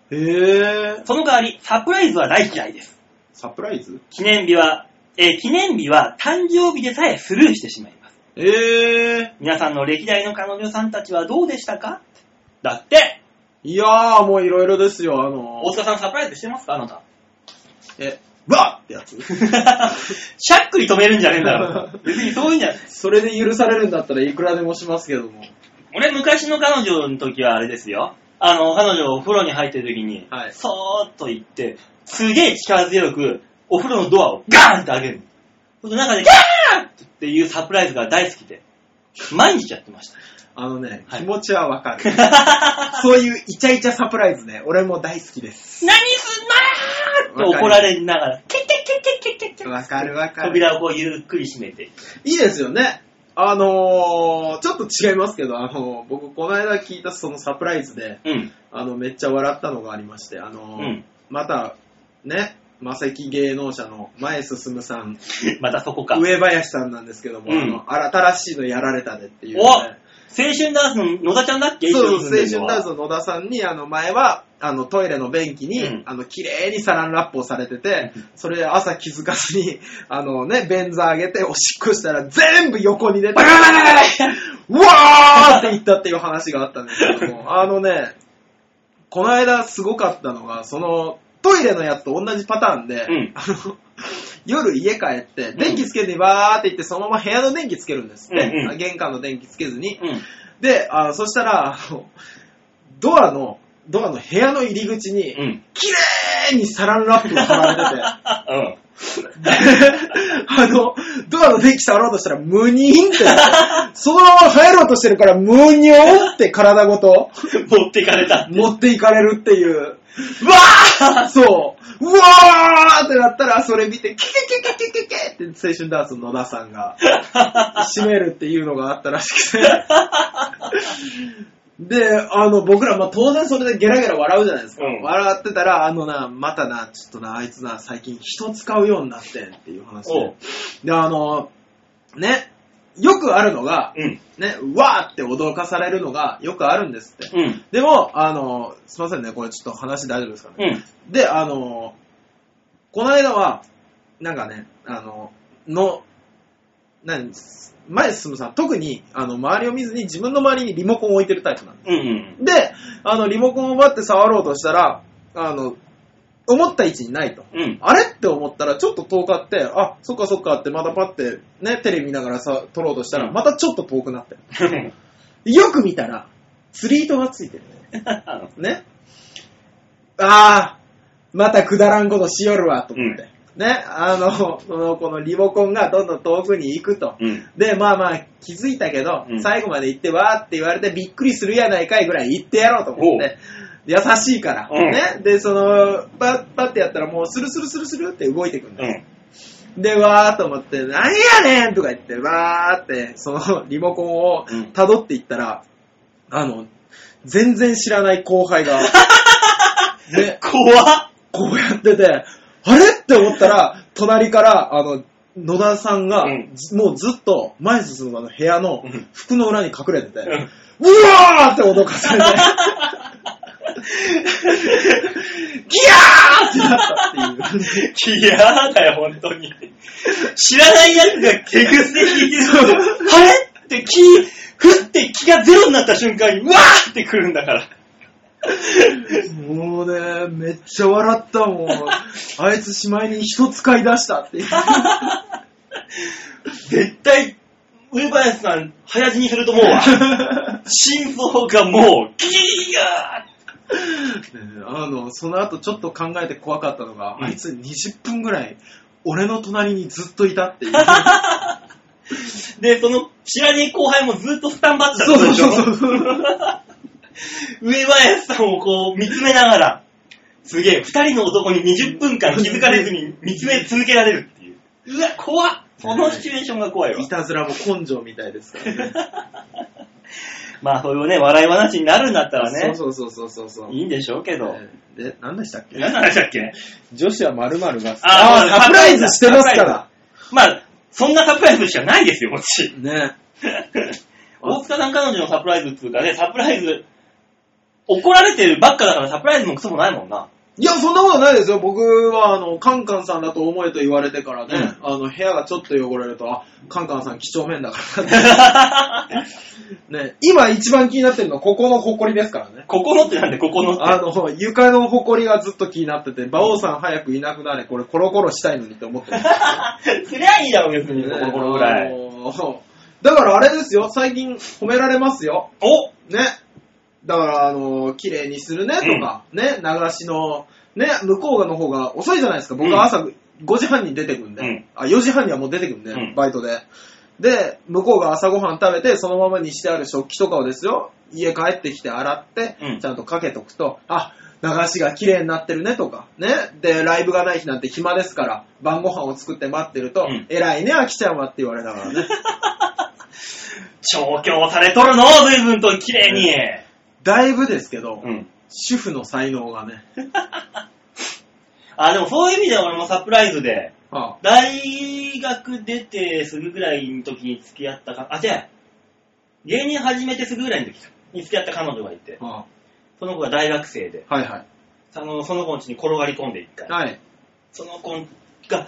へえ。その代わり、サプライズは大嫌いです。サプライズ記念日は、えー記念日は誕生日でさえスルーしてしまいます。ええ。皆さんの歴代の彼女さんたちはどうでしたかだって、いやー、もういろいろですよ、あの大塚さんサプライズしてますかあな <laughs> た。え、わっってやつ。しゃっくり止めるんじゃねえんだ <laughs> ろ。別にそういうんじゃない。それで許されるんだったらいくらでもしますけども。俺、昔の彼女の時はあれですよ。あの、彼女がお風呂に入ってる時に、はいそーっと行って、すげえ力強く、お風呂のドアをガーンって開ける。その中で、ギャーっていうサプライズが大好きで、毎日やってました。あのね、はい気持ちはわ <laughs> かる。そういうイチャイチャサプライズね、俺も大好きです。何すんなーって怒られながら、キッキッキッキッキッキッキッわかるわかる。扉をこうゆっくり閉めて。いいですよね。あのー、ちょっと違いますけど、あのー僕、この間聞いたそのサプライズで、うん。あの、めっちゃ笑ったのがありまして、あのーうんまた、ね、魔石芸能者の前進さん、またそこか。青上林さんなんですけども、うんあの、新しいのやられたでっていう、お春ダンスの野田ちゃんだっけそ一緒うそう、に住んでるの青春はダンスの野田さんに、あの、前は、あの、トイレの便器に、うんあの、綺麗にサランラップをされててうん、それ朝気づかずに、あのね、便座上げて、おしっこしたら全部横に出て、バカバカバカうわーって言ったっていう話があったんですけども、あのね、この間すごかったのが、その、トイレのやつと同じパターンで、うんあの、夜家帰って、電気つけてわーって言って、そのまま部屋の電気つけるんですって、うんうん玄関の電気つけずに。うん。で、あのそしたら、あのドアの、ドアの部屋の入り口に、うん。綺麗にサランラップが貼 <laughs> らあ、うん。れてて、であの、ドアの電気触ろうとしたら、ムニーンって、そのまま入ろうとしてるから、ムニョンって体ごと持ってかれた。持っていかれるっていう、うわーそう、うわーってなったら、それ見て、キケキケキケキケって青春ダンスの野田さんが。閉めるっていうのがあったらし <laughs> くて。で、あの、僕ら、まあ、当然それでゲラゲラ笑うじゃないですか。うん笑ってたら、あのな、またな、ちょっとな、あいつな、最近人使うようになってんっていう話おうで。で、あの、ね、よくあるのが、うん。ね、わーって驚かされるのがよくあるんですって。うん。でも、あの、すいませんね、これちょっと話大丈夫ですかうね。ん。で、あの、この間は、なんかね、あの、の、何前進むさん、特に、あの、周りを見ずに自分の周りにリモコンを置いてるタイプなんでうんうん。す。で、あの、リモコンを奪って触ろうとしたら、あの、思った位置にないと。うん。あれって思ったら、ちょっと遠かって、あ、そっかそっかって、またパって、ね、テレビ見ながらさ、撮ろうとしたら、うんまたちょっと遠くなってる。よく見たら、釣り糸がついてるね。ね。ああ、またくだらんことしよるわ、と思って。ね、あの、その、このリモコンがどんどん遠くに行くと。うん。で、まあまあ、気づいたけど、うん最後まで行ってわーって言われてびっくりするやないかいぐらい行ってやろうと思って。優しいから、うんね。で、その、パッ、パッてやったらもうスルスルスルスルって動いてくんだうよ。ん。で、わーっと思って、なんやねんとか言って、わーって、そのリモコンをうん辿っていったら、あの、全然知らない後輩 <laughs> が、ね、怖っこうやってて、あれって思ったら、隣から、あの、野田さんが、うんずもうずっと、前進むあの部屋のうん服の裏に隠れてて、ううんわーって脅か <laughs> されて、ギャーってなったっていう。いやーだよ、本当に。知らないやつが手癖引いてる。あれって気、ふって気がゼロになった瞬間に、うわーってくるんだから。もうね、めっちゃ笑った <laughs> もん。あいつしまいに一つ買い出したっていう。 <laughs> 絶対、上林さん、早死にすると思うわ。 <laughs> 心臓がもう、ギガねあの、その後ちょっと考えて怖かったのが、うんあいつ20分ぐらい、俺の隣にずっといた <laughs> っていう。ーで、その、知らねえ後輩もずっとスタンバってたそうそうそうう。そう。 <laughs> 上林さんをこう、見つめながら、すげえ、二人の男に20分間気づかれずに見つめ続けられるっていう。うわ、怖っそのシチュエーションが怖いわい。たずらも根性みたいですからね。 <laughs> まあ、そういうね、笑い話になるんだったらね、そうそうそうそうそう。いいんでしょうけど。えで、何でしたっけ何の話だっけ女子は〇〇が。あーーサプライズしてサますかプらラ。まあ、そんなサプライズしかないですよ、こっち。ね。 <laughs> 大塚さん彼女のサプライズっていうかね、サプライズ、怒られてるばっかだからサプライズもクソもないもんな。 <laughs> いや、そんなことないですよ。僕は、あの、カンカンさんだと思えと言われてからね、あの、部屋がちょっと汚れると、あ、カンカンさん几帳面だからね。ね、今一番気になってるのは、ここの埃ですからね。ここのってなんでここのって。あの、床の埃がずっと気になってて、馬王さん早くいなくなれ、これコロ <laughs> コロしたいのにって思ってるすりゃいいだろ、別に、この頃ぐらあい。のーだからあれですよ、最近褒められますよ。おね。だから、あのー綺麗にするねとか、ね、流しの、ね、向こうの方が遅いじゃないですか。僕は朝5時半に出てくんで、うんあ、4時半にはもう出てくんで、うんバイトで。で、向こうが朝ごはん食べて、そのままにしてある食器とかをですよ、家帰ってきて洗って、うんちゃんとかけとくと、あ、流しが綺麗になってるねとか、ね。で、ライブがない日なんて暇ですから、晩ご飯を作って待ってると、うん偉いね、飽きちゃうわって言われなが <laughs> らね。調教されとるの随分と綺麗に。だいぶですけど、うん。主婦の才能がね、あ、でもそういう意味では俺もサプライズで、あ大学出てすぐぐらいの時に付き合ったか、あ、違う。芸人始めてすぐぐらいの時かに付き合った彼女がいて、あその子が大学生で、はいはい。そのその子の家に転がり込んでいった。はい。その子が、家汚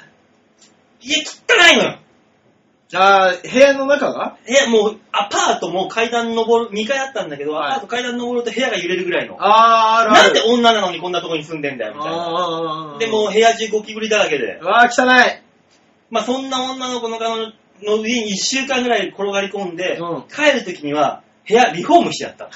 いのよ。あー部屋の中が部屋もう、アパートも階段登る、2階あったんだけど、はアいパート階段登ると部屋が揺れるぐらいの。あー、あるあなんるで。女なのにこんなとこに住んでんだよ、みたいな。あーで、もう部屋中ゴキブリだらけで。あー、汚い。まあそんな女の子の彼女の家に1週間ぐらい転がり込んで、うん帰る時には部屋リフォームしてや <laughs> った。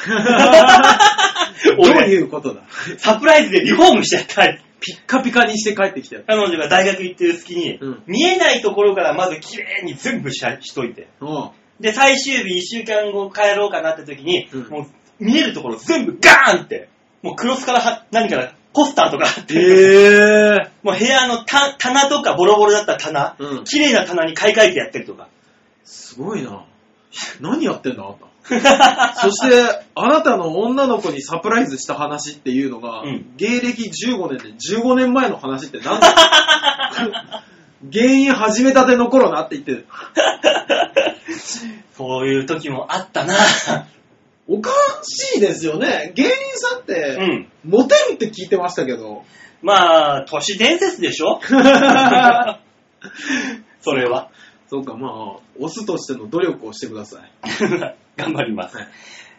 どう俺、いうことだサプライズでリフォームしてやった。ピッカピカにして帰ってきたよ。彼女が大学行ってる隙に、うん見えないところからまず綺麗に全部ししといて。うん。で、最終日1週間後帰ろうかなって時に、うんもう見えるところ全部ガーンって、もうクロスからは何からポスターとか貼って、えー。もう部屋のた棚とかボロボロだった棚、 <laughs> うん綺麗な棚に買い替えてやってるとか。すごいな。何やってんだ、あ <laughs> なた。そして、あなたの女の子にサプライズした話っていうのが、うん芸歴15年で15年前の話って何だ <laughs> 原因始めたての頃なって言ってる。そういう時もあ <laughs> ったなおかしいですよね。芸人さんっうて、ん。モテるって聞いてましたけど。 <laughs> まあ、都市伝説でしょそれは。 <laughs> そうか、まあ、オスとしての努力をしてください。頑張ります。はい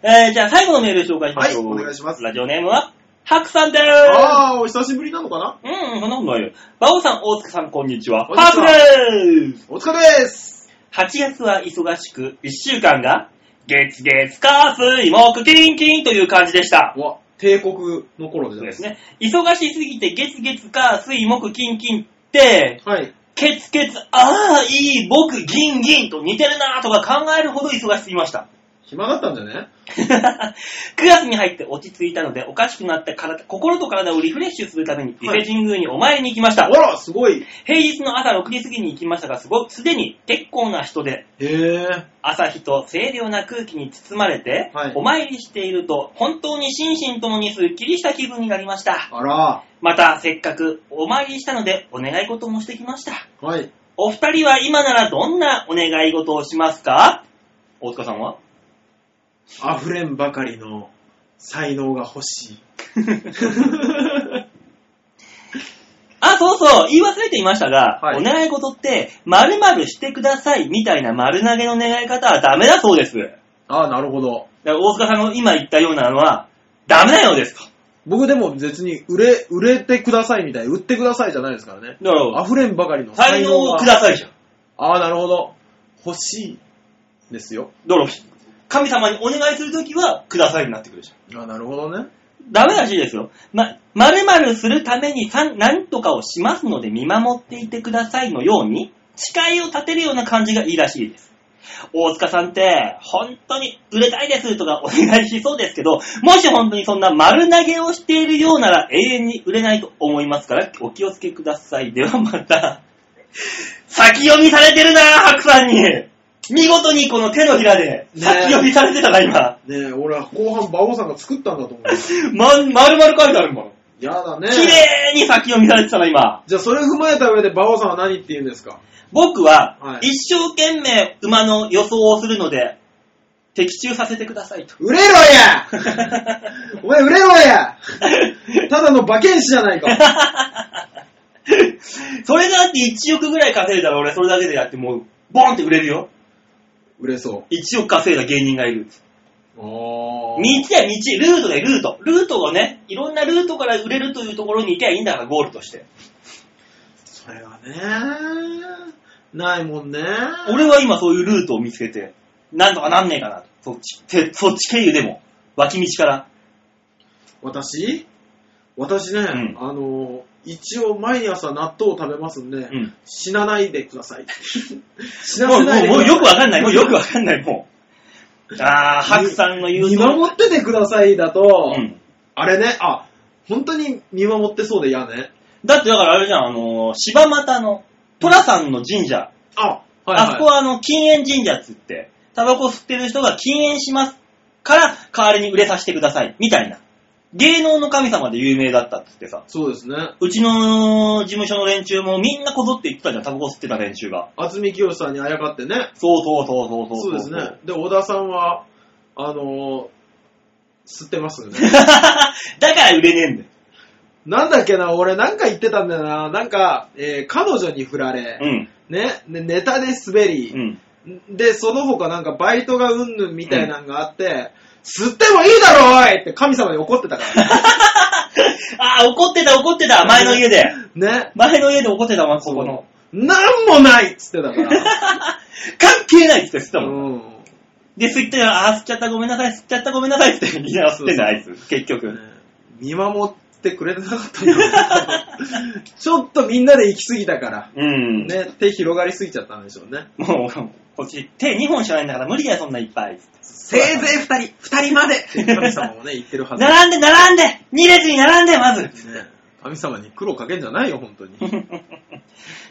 えー、じゃあ最後のメール紹介しましょう。はいお願いしますラジオネームは、ハクさんでーす。ああ、お久しぶりなのかなうん、そんなことないよ。バオさん、大塚さん、こんにちは。こんにちはハクです。お疲れです8月は忙しく、1週間が、月月火水木金金という感じでした。わ、帝国の頃じそゃうないでですすね。忙しすぎて、月月火水木金金って、はい。ケツケツ、ああ、いい、僕、銀銀と似てるなとか考えるほど忙しすぎました。 <laughs> 暇だったんじゃね9月に入って落ち着いたので、おかしくなった体、心と体をリフレッシュするために、伊はい勢神宮にお参りに行きました。あら、すごい平日の朝6時過ぎに行きましたが、すご、すでに結構な人で、へえ。朝日と清涼な空気に包まれて、はいお参りしていると、本当に心身ともにすっきりした気分になりました。あら、また、せっかくお参りしたので、お願い事もしてきました。はい。お二人は今ならどんなお願い事をしますか大塚さんは溢れんばかりの才能が欲しい。あ、そうそう、言い忘れていましたが、はいお願い事って、〇〇してくださいみたいな丸投げの願い方はダメだそうです。だか <laughs> ああ、なるほど。ら大塚さんの今言ったようなのは、ダメなようですと。僕でも別に売れ、売れてくださいみたいな、売ってくださいじゃないですからね。だから、溢れんばかりの才才能能をが。くださいじゃん。ああ、なるほど。欲しいですよ。だから、神様にお願いするときは、くださいになってくるじゃん。ああ、なるほどね。ダメらしいですよ。ま、〇〇するためにさん何とかをしますので見守っていてくださいのように、誓いを立てるような感じがいいらしいです。大塚さんって、本当に売れたいですとかお願いしそうですけど、もし本当にそんな丸投げをしているようなら永遠に売れないと思いますから、お気をつけください。ではまた。先読みされてるな、白さんに。見事にこの手のひらで、ね先読みされてたな、今。ねえ、俺は後半、馬王さんが作ったんだと <laughs> 思う。ま、丸々書いてあるもん。やだね。綺麗に先読みされてたな、今。じゃあ、それ踏まえた上で馬王さんは何って言うんですか僕は、はい一生懸命馬の予想をするので、的中させてくださいと。 <laughs> 売れろや <laughs> お前売れろや <laughs> ただの馬券師じゃないか。 <laughs> それだって1億ぐらい稼いだら俺それだけでやってもう、ボーンって売れるよ。売れそ1億稼いだ芸人がいる。う。あ道や道、ルートでルート。ルートをね、いろんなルートから売れるというところに行けばいいんだから、ゴールとして。それはね、ないもんね。俺は今そういうルートを見つけて、なんとかなんねえかなと。そっち、てそっち経由でも、脇道から。私私ね、んあの、一応毎朝納豆を食べますんで、うん。死なないでくだ <laughs> さい。死なもせう、なも、いうでもうよくわかんない、もうよくわわかんない、もう。あー、ハクさんの言う見とおり守っててくださいだと、うん。あれね、あ、本当に見守ってそうで嫌ね。だってだからあれじゃん、あのー、柴又の、寅さんの神社。あ、はい、はい。あそこはあの、禁煙神社っつって、タバコ吸ってる人が禁煙しますから、代わりに売れさせてください、みたいな。芸能の神様で有名だったっつってさ。そうですね。うちの事務所の連中もみんなこぞって言ってたじゃん、タバコ吸ってた連中が。渥美清さんにあやかってね。そうそうそうそうそうそうですね。。で、小田さんは、あのー、吸ってますよね。 <laughs> <laughs> だから売れねえんだよ。なんだっけな、俺なんか言ってたんだよな。なんか、えー彼女に振られ、うん。ね、ねネタで滑り、うん。で、その他なんかバイトがうんぬんみたいなんがあって、吸ってもいいだろおいって神様に怒ってた <laughs> からあー、怒ってた怒ってた、前の家で。ね。ね。前の家で怒ってたわ、そこの。なんもないっつってたから。関係ないっつって吸ってた <laughs> うもん。ん。で、吸ってたら、あー、吸っちゃった、ごめんなさい、吸っちゃった、ごめんなさいっつって、みんな吸ってんだ、あいつ。結局。ね見守ってくれてなかったんだろう <laughs> ちょっとみんなで行き過ぎたから。うん。ね、手広がりすぎちゃったんでしょうね。もう、こっち、手2本しかないんだから無理だよ、そんないっぱい。せいぜい二人、二人までって神様もね、言ってるはず。並んで、並んで !2 列に並んで、まず <laughs> ね神様に苦労かけんじゃないよ、本当に。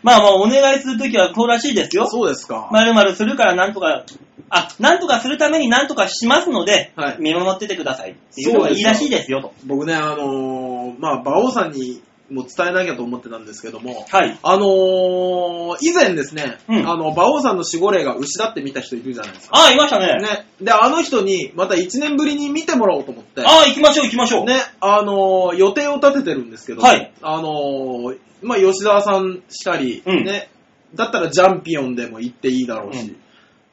まあまあ、お願いするときはこうらしいですよ。そうですか。まるまるするからなんとか、あ、なんとかするためになんとかしますので、はい見守っててくださいっていうのがいいらしいですよ、と。僕ね、あのーまあ、馬王さんにも伝えなきゃと思ってたんですけども、はい。あのー以前ですね、うんあの、馬王さんの守護霊が牛だって見た人いるじゃないですか。ああ、いましたね。ね。で、あの人に、また1年ぶりに見てもらおうと思って、ああ、行きましょう、行きましょう。ね、あのー予定を立ててるんですけど、はいあのーまあ、吉沢さんしたり、うんね、だったらジャンピオンでも行っていいだろうし、うん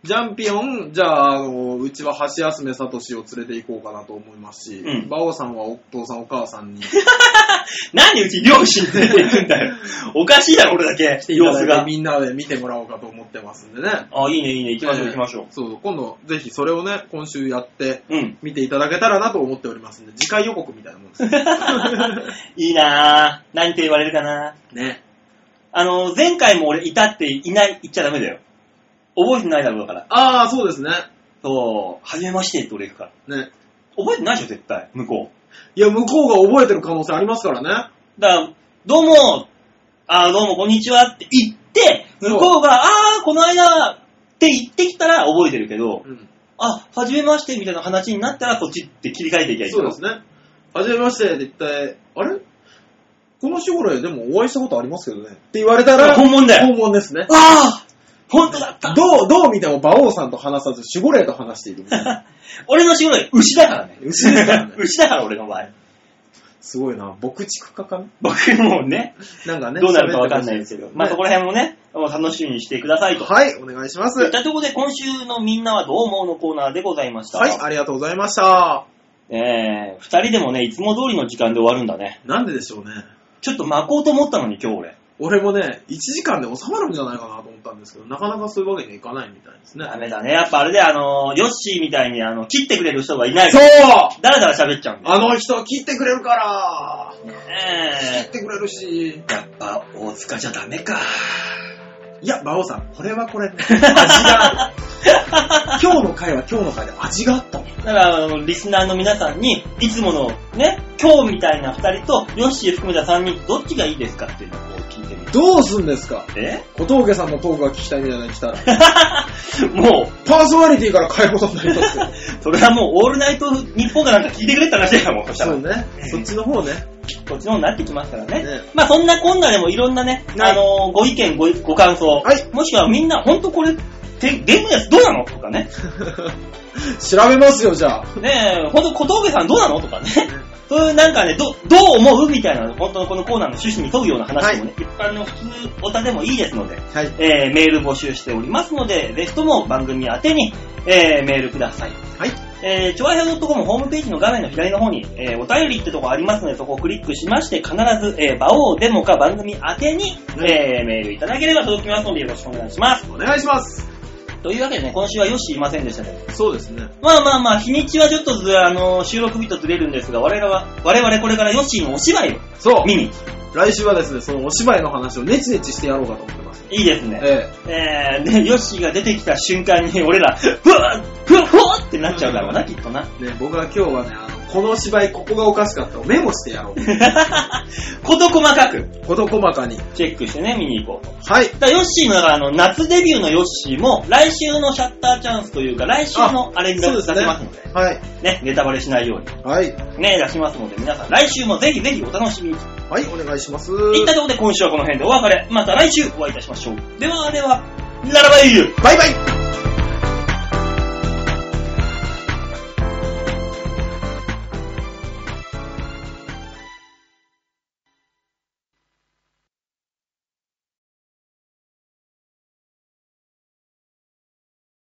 ジャンピオン、じゃあ、あの、うちは橋休めさとしを連れて行こうかなと思いますし、うん馬王さんはお父さんお母さんに来なんでうち両親連れて行くんだ <laughs> よ。おかしいだろ、俺だけ。ていた <laughs> 様だ子いてが。みんなで見てもらおうかと思ってますんでね。あ、いいね、いいね。行きましょう、行きましょう。そう、今度ぜひそれをね、今週やって、うん。見ていただけたらなと思っておりますんで、次回予告みたいなもんですね。いいなぁ。何て言われるかなね。あの、前回も俺いたっていない、言っちゃダメだよ。覚えてないだろうから。ああ、そうですね。そう、初めましてって俺行くから。ね。覚えてないでしょ、絶対。向こいや、向こうが覚えてる可能性ありますからね。う。だから、どうも、あーどうも、こんにちはって言って、向こうが、あー、この間って言ってきたら覚えてるけど、うん。あ、初めましてみたいな話になったら、こっちって切り替えていけばいいそうですね。ね。はじめましてって言って、あれこの将来でもお会いしたことありますけどね。って言われたら、本物だよ本物ですね。あー、本当だった。どう、どう見ても馬王さんと話さず、守護霊と話しているみた <laughs> いな。俺の仕事は牛だ <laughs> からね。牛ですからね牛だから俺の場合。すごいな。牧畜家かな僕もうね、なんかね。どうなるかわかんないですけど、まあねそこら辺もね、もう楽しみにしてくださいと。はい、お願いします。といったところで今週のみんなはどう思うのコーナーでございました。はい、ありがとうございました。えー、二人でもね、いつも通りの時間で終わるんだね。なんででしょうね。ちょっと巻こうと思ったのに今日俺。俺もね、1時間で収まるんじゃないかなと思ったんですけど、なかなかそういうわけにはいかないみたいですね。ダメだね。やっぱあれであの、ヨッシーみたいにあの、切ってくれる人がいない。そうだらだら喋っちゃうんだよあの人、切ってくれるから切っねてくれるし。えやっぱ大塚じゃダメ <laughs> か。いや、馬王さん、これは <laughs> これ、味がある。今日の回は今日の回で味があったもん。だから、あの、リスナーの皆さんに、いつものね、今日みたいな二人と、ヨッシー含めた三人、どっちがいいですかっていうのをこう聞いてみて。どうすんですかえ <laughs> 小峠さんのトークが聞きたいみたいなの来たら、もパーソナリティから変えることになりますよ。う、それはもう、オールナイト日本かなんか聞いてくれって話だよ、もう。そしたそらう、ね。 <laughs> そっちの方ね。こっちの方になってきますからね。ねまあ、そんなこんなでもいろんなね、はいあのーご意見、ご、ご感想。はいもしくはみんな、ほんとこれ、てゲームのやつどうなのとかね。調べますよ、じゃあ。ねえ、ほんと小峠さんどうなのとかね。そういうなんかね、ど、どう思うみたいな、本当のこのコーナーの趣旨に沿うような話もね、一般の普通おたでもいいですので、はい。えーメール募集しておりますので、ぜひとも番組宛てに、えーメールください。はい。えー、ちょわひょ .com ホームページの画面の左の方に、えーお便りってとこありますので、そこをクリックしまして、必ず、えー、場をデモか番組宛てに、はいえーメールいただければ届きますので、よろしくお願いします。お願いします。というわけでね、今週はよしいませんでしたけど、そうですね。まあまあまあ、日にちはちょっとず、あの収録日とずれるんですが、我々は、我々これからヨッシーのお芝居をそう。見に。来週はですね、そのお芝居の話をネチネチしてやろうかと思ってます。いいですね。ええー、で、ヨッシーが出てきた瞬間に、俺ら、ふわっふわっふわっってなっちゃうからな、きっとな。 <laughs> え、ね、僕は今日はね、あの、この芝居、ここがおかしかったをメモしてやろう。こと細かく、事細かに。チェックしてね、見に行こうと。はい。だからヨッシーの、あの、夏デビューのヨッシーも、来週のシャッターチャンスというか、来週のあれに出そうですねせますので、はい。ね、ネタバレしないように、はい。ね、出しますので、皆さん、来週もぜひぜひお楽しみに。はい、お願いします。いったところで今週はこの辺でお別れ。また来週お会いいたしましょう。ではでは、ならばいいよバイバイ